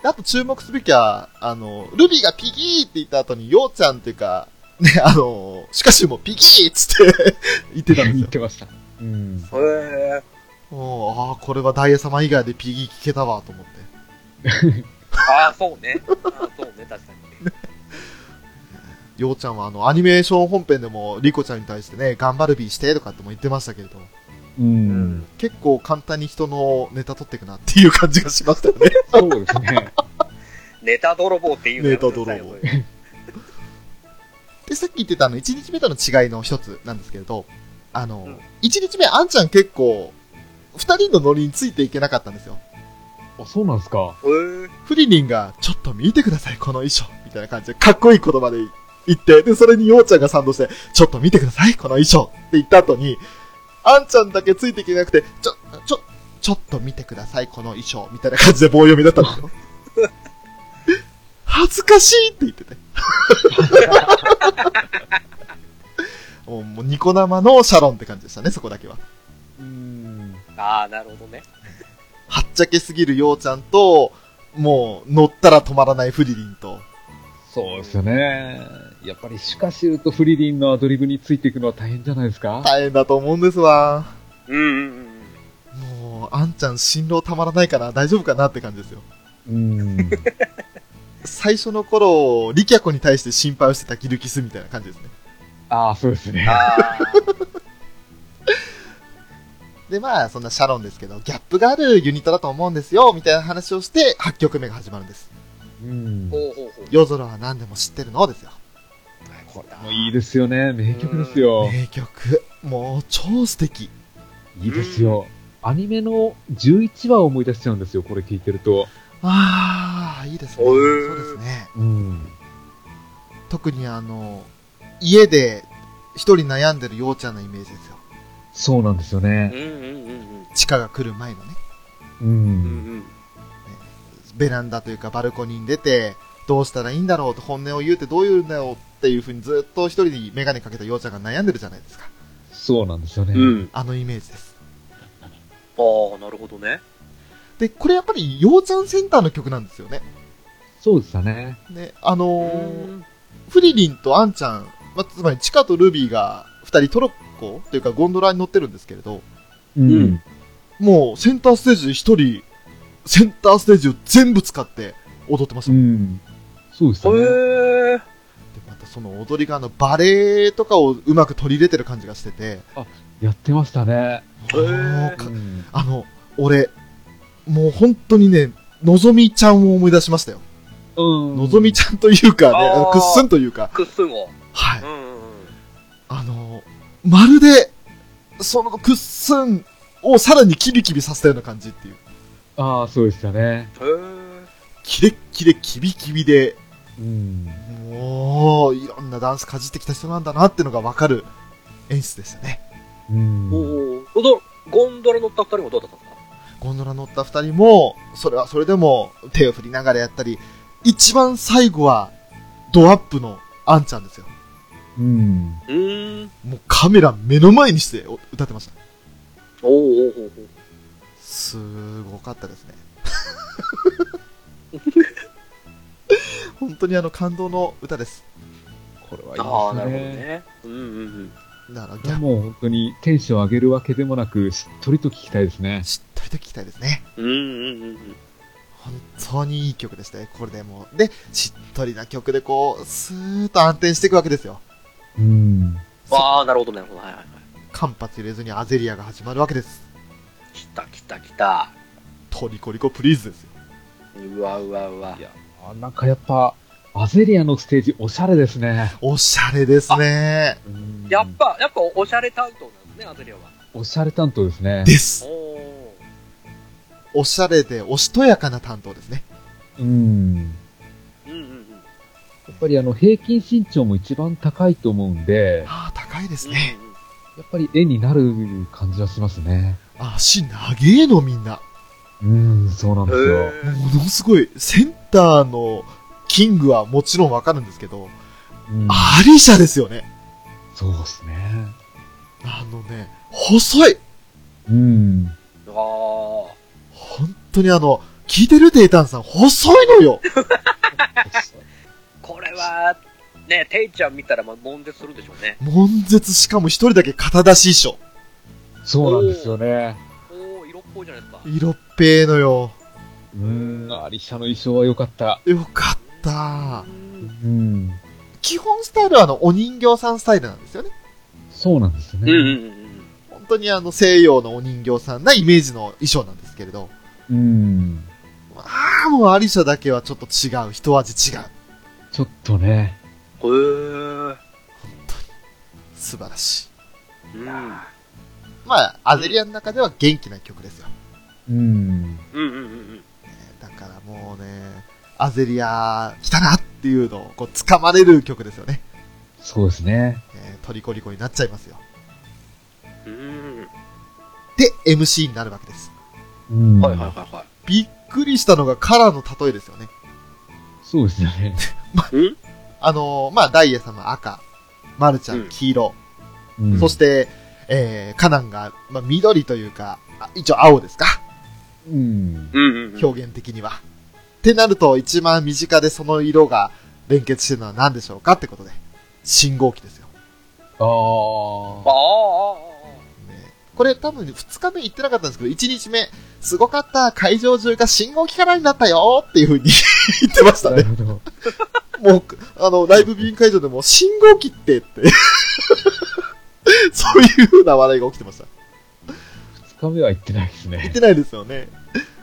Speaker 2: であと注目すべきは、あの、ルビーがピギーって言った後に、ようちゃんっていうか、ね、あの、しかしもうピギーっつって 言ってたん です
Speaker 1: 言
Speaker 2: よ
Speaker 1: っ。てました。うん。
Speaker 3: へえ。
Speaker 2: もう、ああ、これはダイヤ様以外で PG 聞けたわ、と思って。
Speaker 3: ああそうね。ああそうね確かに。
Speaker 2: ようちゃんはあの、アニメーション本編でも、リコちゃんに対してね、頑張るビーして、とかっても言ってましたけれど、
Speaker 1: うん。
Speaker 2: 結構簡単に人のネタ取っていくなっていう感じがしましたよね。
Speaker 1: そうですね。
Speaker 3: ネタ泥棒っていうのやめてくださいよ
Speaker 2: ネタ で、さっき言ってたあの、1日目との違いの一つなんですけれど、あの、
Speaker 3: うん
Speaker 2: 1日目、あんちゃん結構、2人のノリについていけなかったんですよ。
Speaker 1: あ、そうなんですか。
Speaker 3: それへえ。
Speaker 2: フリリンが、ちょっと見てください、この衣装みたいな感じで、かっこいい言葉で言って、で、それにようちゃんが賛同して、ちょっと見てください、この衣装って言った後に、あんちゃんだけついていけなくて、ちょ、ちょ、ちょっと見てください、この衣装みたいな感じで棒読みだったんですよ。恥ずかしいって言ってて。もう、もうニコ生のシャロンって感じでしたね、そこだけは。
Speaker 1: うん。
Speaker 3: ああなるほどね。
Speaker 2: はっちゃけすぎるようちゃんと、もう、乗ったら止まらないフリリンと、
Speaker 1: そうですよね。やっぱり、シュカシューとフリリンのアドリブについていくのは大変じゃないですか。
Speaker 2: 大変だと思うんですわ。
Speaker 3: うんうんうんうん。
Speaker 2: もう、あんちゃん、新郎たまらないから大丈夫かなって感じですよ。
Speaker 1: うん。
Speaker 2: 最初の頃、リキャコに対して心配をしてたギルキスみたいな感じですね。
Speaker 1: ああ、そうですね。
Speaker 3: あ
Speaker 2: で、まあ、そんなシャロンですけど、ギャップがあるユニットだと思うんですよ、みたいな話をして、8曲目が始まるんです。
Speaker 1: うん
Speaker 3: あ。。ほうほうほう。
Speaker 2: 夜空は何でも知ってるのですよ。
Speaker 3: これだ
Speaker 1: もういいですよね。名曲ですよ。
Speaker 2: 名曲。もう、超素敵。
Speaker 1: いいですよ。アニメの11話を思い出しちゃうんですよ、これ聞いてると。
Speaker 2: ああ、いいですね。
Speaker 3: お
Speaker 2: そう
Speaker 3: ー
Speaker 2: ですね。
Speaker 1: うん。
Speaker 2: 特にあの、家で一人悩んでるようちゃんのイメージですよ。
Speaker 1: そうなんですよ
Speaker 3: う
Speaker 1: ね。
Speaker 3: んうんうん
Speaker 2: 地下が来る前のね、
Speaker 1: う。
Speaker 3: うんうんん
Speaker 2: ベランダというかバルコニーに出て、どうしたらいいんだろうと本音を言うってどういうんだよっていうふうにずっと一人にメガネかけたようちゃんが悩んでるじゃないですか。
Speaker 1: そうなんですよね。
Speaker 3: うんうん
Speaker 2: あのイメージです。
Speaker 3: ああなるほどね
Speaker 2: で、これやっぱりようちゃんセンターの曲なんですよね。
Speaker 1: そうでしたね。
Speaker 2: ね、あの
Speaker 3: う
Speaker 2: ー
Speaker 3: ん。
Speaker 2: フリリンとアンちゃん、まあ、つまりチカとルビーが二人トロッコというかゴンドラに乗ってるんですけれど、
Speaker 1: うん
Speaker 2: もうセンターステージで一人、センターステージを全部使って踊ってました
Speaker 1: う
Speaker 2: もん。
Speaker 1: ん。そうでしたね。
Speaker 3: へえ
Speaker 2: でまたその踊りがあのバレエとかをうまく取り入れてる感じがしてて、
Speaker 1: やってましたね。
Speaker 2: もう
Speaker 1: う
Speaker 2: か
Speaker 1: ん。
Speaker 2: あの、俺、もう本当にね、のぞみちゃんを思い出しましたよ。の
Speaker 1: の
Speaker 2: ぞみちゃんというかね、
Speaker 3: あー
Speaker 2: くっすんというか、
Speaker 3: くっすんを。
Speaker 2: はいう
Speaker 3: んうんうん
Speaker 2: あの、まるで、そのくっすんをさらにキビキビさせたような感じっていう。
Speaker 1: ああ、そうでしたね。
Speaker 3: へー
Speaker 2: キレッキレキビキビで、
Speaker 1: うん。
Speaker 2: もう、いろんなダンスかじってきた人なんだなってのがわかる演出でしたね。
Speaker 1: うん。
Speaker 3: おおどゴンドラ乗った二人もどうだったんですか
Speaker 2: ゴンドラ乗った二人も、それはそれでも手を振りながらやったり、一番最後はドアップのアンちゃんですよ。
Speaker 1: うん。
Speaker 3: うーん
Speaker 2: もうカメラ目の前にしてお歌ってました。
Speaker 3: おおおーおー
Speaker 2: すごかったですね。 本当にあの感動の歌です。これはいいです
Speaker 3: ああ
Speaker 1: い
Speaker 3: ないる
Speaker 1: です
Speaker 3: ほど
Speaker 1: ね
Speaker 3: ねうんうんうん
Speaker 2: だから
Speaker 1: これは
Speaker 2: 逆に
Speaker 1: もう本当にテンション上げるわけでもなく、しっとりと聞きたいですね。
Speaker 2: しっとりと聞きたいですね。
Speaker 3: うんうんうんうん
Speaker 2: 本当にいい曲でしたよ、これでもう。で、しっとりな曲でこう、スーッと安定していくわけですよ。
Speaker 1: うん。
Speaker 3: ああなるほどねなるほどはいはいはい
Speaker 2: 間髪入れずにアゼリアが始まるわけです。
Speaker 3: 来た来た来た
Speaker 2: トリコリコプリーズですよ。
Speaker 3: うわうわうわ
Speaker 1: いやあなんかやっぱ、アゼリアのステージおしゃれですね。
Speaker 2: おしゃれですね。
Speaker 1: うん
Speaker 3: やっぱやっぱおしゃれ担当なんですねアゼリアは
Speaker 1: おしゃれ担当ですね。
Speaker 2: です。
Speaker 3: お
Speaker 2: おしゃれでおしとやかな担当ですね。
Speaker 1: うん。
Speaker 3: ーうんうんうん
Speaker 1: やっぱりあの、平均身長も一番高いと思うんで、
Speaker 2: ああ、高いですね。
Speaker 1: やっぱり絵になる感じはしますね。
Speaker 2: あ足長えのみんな。
Speaker 1: うん、そうなん
Speaker 3: うん
Speaker 1: で
Speaker 3: う
Speaker 1: す
Speaker 3: ん
Speaker 1: よ。
Speaker 3: へー
Speaker 2: ものすごい、センターのキングはもちろんわかるんですけど、
Speaker 1: うん、
Speaker 2: アリシャですよね。
Speaker 1: そうですね。
Speaker 2: あのね、細い。
Speaker 1: うん。
Speaker 3: ああ
Speaker 2: 本当にあの、聞いてるデータンさん、細いのよ。
Speaker 3: これはねテイちゃん見たらまあ悶絶するでしょうね
Speaker 2: 悶絶しかも一人だけ肩出し衣
Speaker 1: そうなんですよね。
Speaker 3: おお色っぽいじゃないですか
Speaker 2: 装。色っぺーのよ。
Speaker 1: うん、アリシャの衣装は良かった。
Speaker 2: よかった。
Speaker 1: うん。
Speaker 2: 基本スタイルはあの、お人形さんスタイルなんですよね。
Speaker 1: そうなんです
Speaker 3: うんうん
Speaker 1: ね。
Speaker 3: うん
Speaker 2: 本当にあの、西洋のお人形さんなイメージの衣装なんですけれど。
Speaker 1: うん。
Speaker 2: ああ、もうアリシャだけはちょっと違う。一味違う。
Speaker 1: ちょっとね。
Speaker 3: うんへえ
Speaker 2: 素晴らしい。
Speaker 3: うん
Speaker 2: まあ、アゼリアの中では元気な曲ですよ。
Speaker 1: うん。
Speaker 3: うんうんうん
Speaker 2: だからもうね、アゼリア来たなっていうのをこう掴まれる曲ですよね。
Speaker 1: そうですね。
Speaker 2: えー、トリコリコになっちゃいますよ。
Speaker 3: うんうん
Speaker 2: で、MC になるわけです。
Speaker 1: うん。
Speaker 3: はいはいはいは
Speaker 2: びっくりしたのがカラーの例えですよね。
Speaker 1: そうですね。
Speaker 2: あのーまあ、ダイヤ様赤、マルちゃ
Speaker 3: うん
Speaker 2: ん黄色、
Speaker 1: うん
Speaker 2: そして、えー、カナンが、まあ、緑というか、あ一応青ですか
Speaker 1: うん。
Speaker 3: いうんうんうん
Speaker 2: 表現的には。ってなると、一番身近でその色が連結してるのは何でしょうかってことで。信号機ですよ。
Speaker 1: あ
Speaker 3: あ
Speaker 1: あ。
Speaker 3: ああああ
Speaker 2: ねこれ多分2日目行ってなかったんですけど、1日目、すごかった、会場中が信号機からになったよっていう風に 言ってました
Speaker 1: なる
Speaker 2: ね。
Speaker 1: ほど。
Speaker 2: もう、あの、ライブビューイング会場でも信号機ってって。 そういう風な笑いが起きてました。
Speaker 1: 二日目は行ってないです
Speaker 2: 言っ
Speaker 1: ね。
Speaker 2: てないですよね。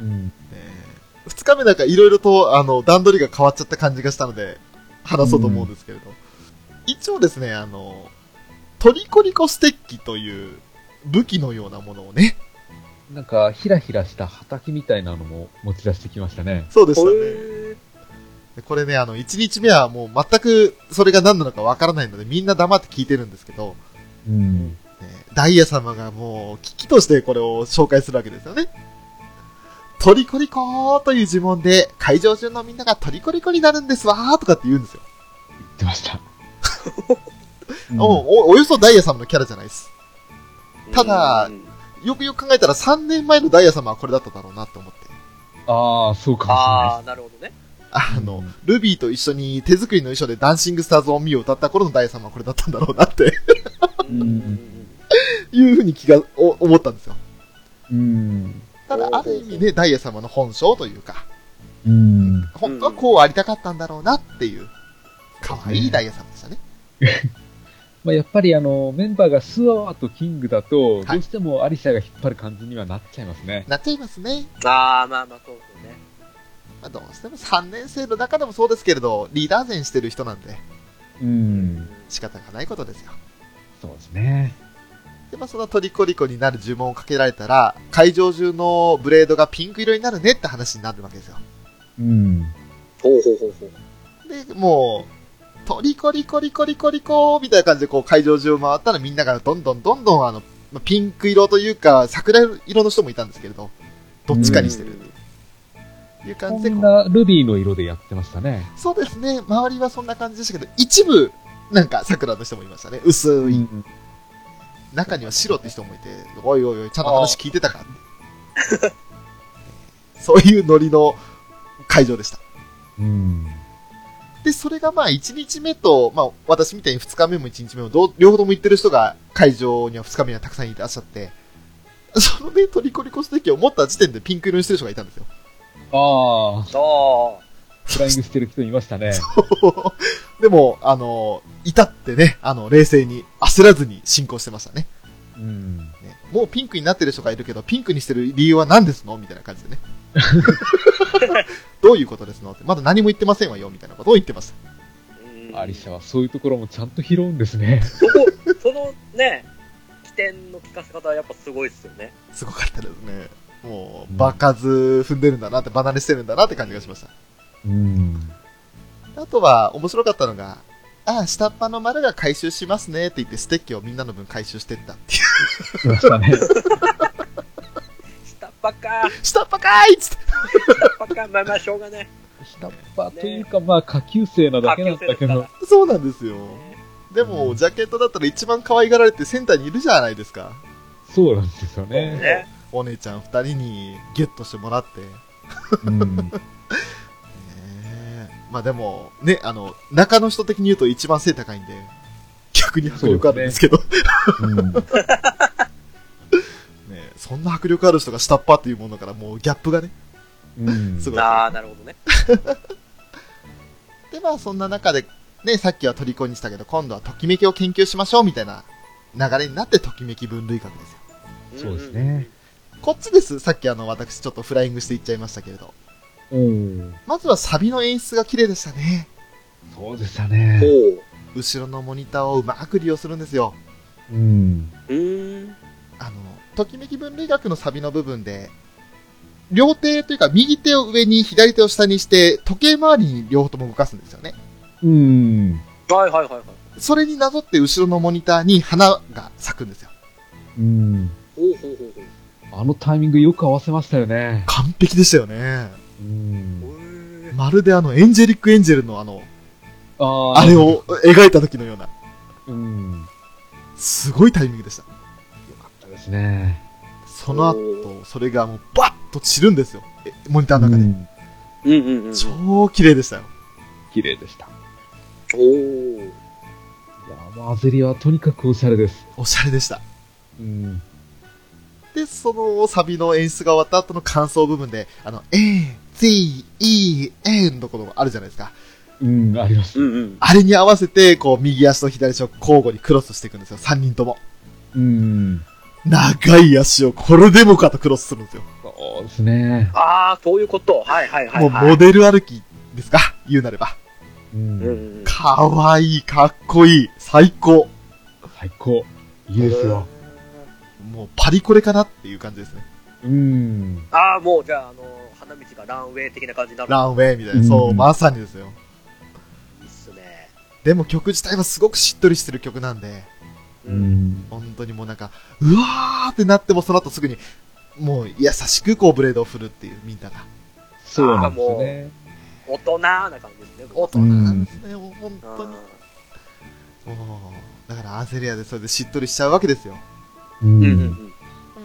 Speaker 1: うん。
Speaker 2: 2日目なんかいろいろと、あの、段取りが変わっちゃった感じがしたので、話そうと思うんですけれど。一応ですね、あの、トリコリコステッキという武器のようなものをね、
Speaker 1: なんか、ひらひらした畑みたいなのも持ち出してきましたね。
Speaker 2: そうでしたね。
Speaker 3: え
Speaker 2: でこれね、あの、1日目はもう全くそれが何なのかわからないので、みんな黙って聞いてるんですけど、
Speaker 1: うん。
Speaker 2: ねダイヤ様がもう、危機としてこれを紹介するわけですよね。トリコリコーという呪文で、会場中のみんながトリコリコになるんですわーとかって言うんですよ。
Speaker 1: 言ってました。うん
Speaker 2: おおおよそダイヤ様のキャラじゃないです。
Speaker 3: ー
Speaker 2: ただ
Speaker 3: うん
Speaker 2: よくよく考えたら3年前のダイヤ様はこれだっただろうなと思って。
Speaker 1: ああ、そうかもしれないで
Speaker 3: ああ、なるほどね。
Speaker 2: あ
Speaker 1: う
Speaker 2: の
Speaker 1: ん、
Speaker 2: ルビーと一緒に手作りの衣装でダンシングスターズ・オン・ミーを歌った頃のダイヤ様はこれだったんだろうなって
Speaker 3: うんうんうん
Speaker 2: いうふうに気が、お思ったんですよ。
Speaker 1: す。うん。
Speaker 2: ただ、ある意味ね、ダイヤ様の本性というか、
Speaker 1: うん。
Speaker 2: 本当はこうありたかったんだろうなっていう、可愛いダイヤ様でしたね。
Speaker 1: まあ、やっぱりあの、メンバーがスワワとキングだと、
Speaker 2: い
Speaker 1: どうしてもアリサが引っ張る感じにはなっちゃいますね。
Speaker 2: なっちゃいますね。
Speaker 3: ああ、まあまあ、そうですよね。
Speaker 2: まあ、どうしても3年生の中でもそうですけれど、リーダー前してる人なんで、
Speaker 1: うん。
Speaker 2: 仕方がないことですよ。
Speaker 1: そうですね。
Speaker 2: で、まあ、そのトリコリコになる呪文をかけられたら、会場中のブレードがピンク色になるねって話になるわけですよ。
Speaker 1: うん。
Speaker 3: ほうほうほうほう。
Speaker 2: で、もう、トリコリコリコリコリコみたいな感じでこう会場中を回ったらみんながどんどんどんどんあの、まあピンク色というか桜色の人もいたんですけれど、どっちかにしてるという感
Speaker 1: こ
Speaker 2: じでこ
Speaker 1: ん
Speaker 2: う
Speaker 1: なルビーの色でやってましたね。
Speaker 2: そうですね、周りはそんな感じでしたけど、一部、なんか桜の人もいましたね。薄い。
Speaker 1: ん。
Speaker 2: 中には白って人もいて、おいおいおい、ちゃんと話聞いてたかって。 そういうノリの会場でした。
Speaker 1: うん。
Speaker 2: で、それがまあ1日目と、まあ私みたいに2日目も1日目もどう両方とも行ってる人が会場には2日目にはたくさんいらっしゃって、そのね、トリコリコステーキを持った時点でピンク色にしてる人がいたんですよ。
Speaker 1: ああ、
Speaker 3: あ
Speaker 1: フライングしてる人いましたね。
Speaker 2: でも、あの、至ってね、あの、冷静に焦らずに進行してましたね。
Speaker 1: うん。
Speaker 2: ねもうピンクになってる人がいるけど、ピンクにしてる理由は何ですのみたいな感じで ね。どういうことですのって、まだ何も言ってませんわよ、みたいなことを言ってました。
Speaker 3: あ。うん
Speaker 1: アリサはそういうところもちゃんと拾うんですね。
Speaker 3: そこ、そのね、起点の聞かせ方はやっぱすごいですよね。
Speaker 2: すごかったですね。もう、場数踏んでるんだなって、離れしてるんだなって感じがしました。
Speaker 1: うん。
Speaker 2: あとは、面白かったのが、ああ、下っ端の丸が回収しますねって言って、ステッキをみんなの分回収してったって
Speaker 1: い
Speaker 2: い
Speaker 1: ま したね。
Speaker 3: 下っ端か、
Speaker 2: う。下っ端かーいっつって。
Speaker 3: 下っ端か、ま あまあしょうがない。
Speaker 1: 下っ端というか、まあ、下級生なだけなんだけど。
Speaker 2: そうなんですよ。でも、
Speaker 1: うん
Speaker 2: ジャケットだったら一番可愛がられてセンターにいるじゃないですか。
Speaker 1: そうなんですよね。
Speaker 3: ね。
Speaker 2: お姉ちゃん二人にゲットしてもらって。ね
Speaker 1: うん。
Speaker 2: えまあでも、ね、あの、中の人的に言うと一番背高いんで、逆に迫力あるんですけど、ね
Speaker 1: うん
Speaker 2: えそんな迫力ある人が下っ端っていうものからもうギャップがね、
Speaker 1: うん。
Speaker 2: すごい。
Speaker 3: ああ、なるほどね。
Speaker 2: で、まあそんな中で、ね、さっきは虜にしたけど、今度はときめきを研究しましょうみたいな流れになって、ときめき分類学ですよ。
Speaker 1: そうですね。
Speaker 2: こっちです。さっきあの、私ちょっとフライングしていっちゃいましたけれど。
Speaker 1: うん。
Speaker 2: まずはサビの演出が綺麗でしたね。
Speaker 1: そうでした
Speaker 3: うん
Speaker 1: ね
Speaker 3: うん。ほ
Speaker 2: 後ろのモニターをうまく利用するんですよ。
Speaker 1: うん。
Speaker 3: う。うーん。
Speaker 2: あの、ときめき分類学のサビの部分で、両手というか右手を上に左手を下にして、時計回りに両方とも動かすんですよね。
Speaker 1: うん。
Speaker 3: はいはいはいはい。
Speaker 2: それになぞって後ろのモニターに花が咲くんですよ。
Speaker 1: うん。
Speaker 3: ほうほうほうほう。
Speaker 1: あのタイミングよく合わせましたよね。
Speaker 2: 完璧でしたよね。
Speaker 1: うん。
Speaker 2: まるであの、エンジェリック・エンジェルのあの、
Speaker 1: あ
Speaker 2: あれ。を描いた時のような、
Speaker 1: うん。
Speaker 2: すごいタイミングでした。
Speaker 1: そうですね。
Speaker 2: その後、それがもうバッと散るんですよ。えモニターの中で。
Speaker 1: うん
Speaker 3: うんうんうん。
Speaker 2: 超綺麗でしたよ。
Speaker 1: 綺麗でした。
Speaker 3: おー
Speaker 1: いや、マゼリはとにかくおしゃれです。
Speaker 2: おしゃれでした。
Speaker 1: うん。
Speaker 2: で、そのサビの演出が終わった後の感想部分で、あの、えー、t, e, n のことがあるじゃないですか。
Speaker 1: うん、あります。
Speaker 3: うんうん。
Speaker 2: あれに合わせて、こう、右足と左足を交互にクロスしていくんですよ。3人とも。
Speaker 1: うん。
Speaker 2: 長い足をこれでもかとクロスするんですよ。
Speaker 1: そうですね。
Speaker 3: ああ、そういうこと。はいはいはい、
Speaker 2: もう
Speaker 3: はい。
Speaker 2: モデル歩きですか言うなれば。
Speaker 1: う。
Speaker 3: うんんうん。
Speaker 2: かわいい、かっこいい、最高。
Speaker 1: 最高。いいですよ。
Speaker 2: もうパリコレかなっていう感じですね。
Speaker 1: うん。
Speaker 3: ああ、もうじゃあ、あの、花道がランウェイ的な感じになる。
Speaker 2: ランウェイみたいな。そうう、
Speaker 1: ん
Speaker 2: まさにですよ。
Speaker 3: いいっすね。
Speaker 2: でも曲自体はすごくしっとりしてる曲なんで、
Speaker 3: う。
Speaker 1: うんん。
Speaker 2: 本当にもうなんか、うわーってなってもその後すぐに、もう優しくこうブレードを振るっていう、みんなが。
Speaker 1: そうなんですね。
Speaker 3: 大人な感じですね。
Speaker 2: 大人なんですね、もう本
Speaker 3: うん
Speaker 2: 当に。もう、だからアンセリアでそれでしっとりしちゃうわけですよ。
Speaker 1: う
Speaker 3: うんうんん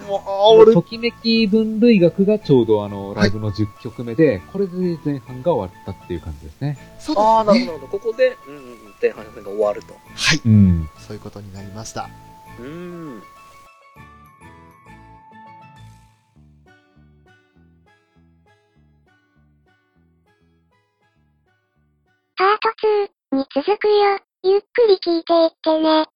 Speaker 2: もう、俺、
Speaker 1: ときめき分類学がちょうどあの、ライブの10曲目で、これで前半が終わったっていう感じですね。
Speaker 2: そう
Speaker 3: うん。ああ、な
Speaker 2: で
Speaker 3: る
Speaker 2: す
Speaker 3: ほ
Speaker 2: ね。
Speaker 3: ど、なるほど。ここで、うんうんうん、前半戦が終わると。
Speaker 2: はい、
Speaker 1: うん。
Speaker 2: そういうことになりました。
Speaker 3: うん。
Speaker 4: パート2に続くよ。ゆっくり聞いていってね。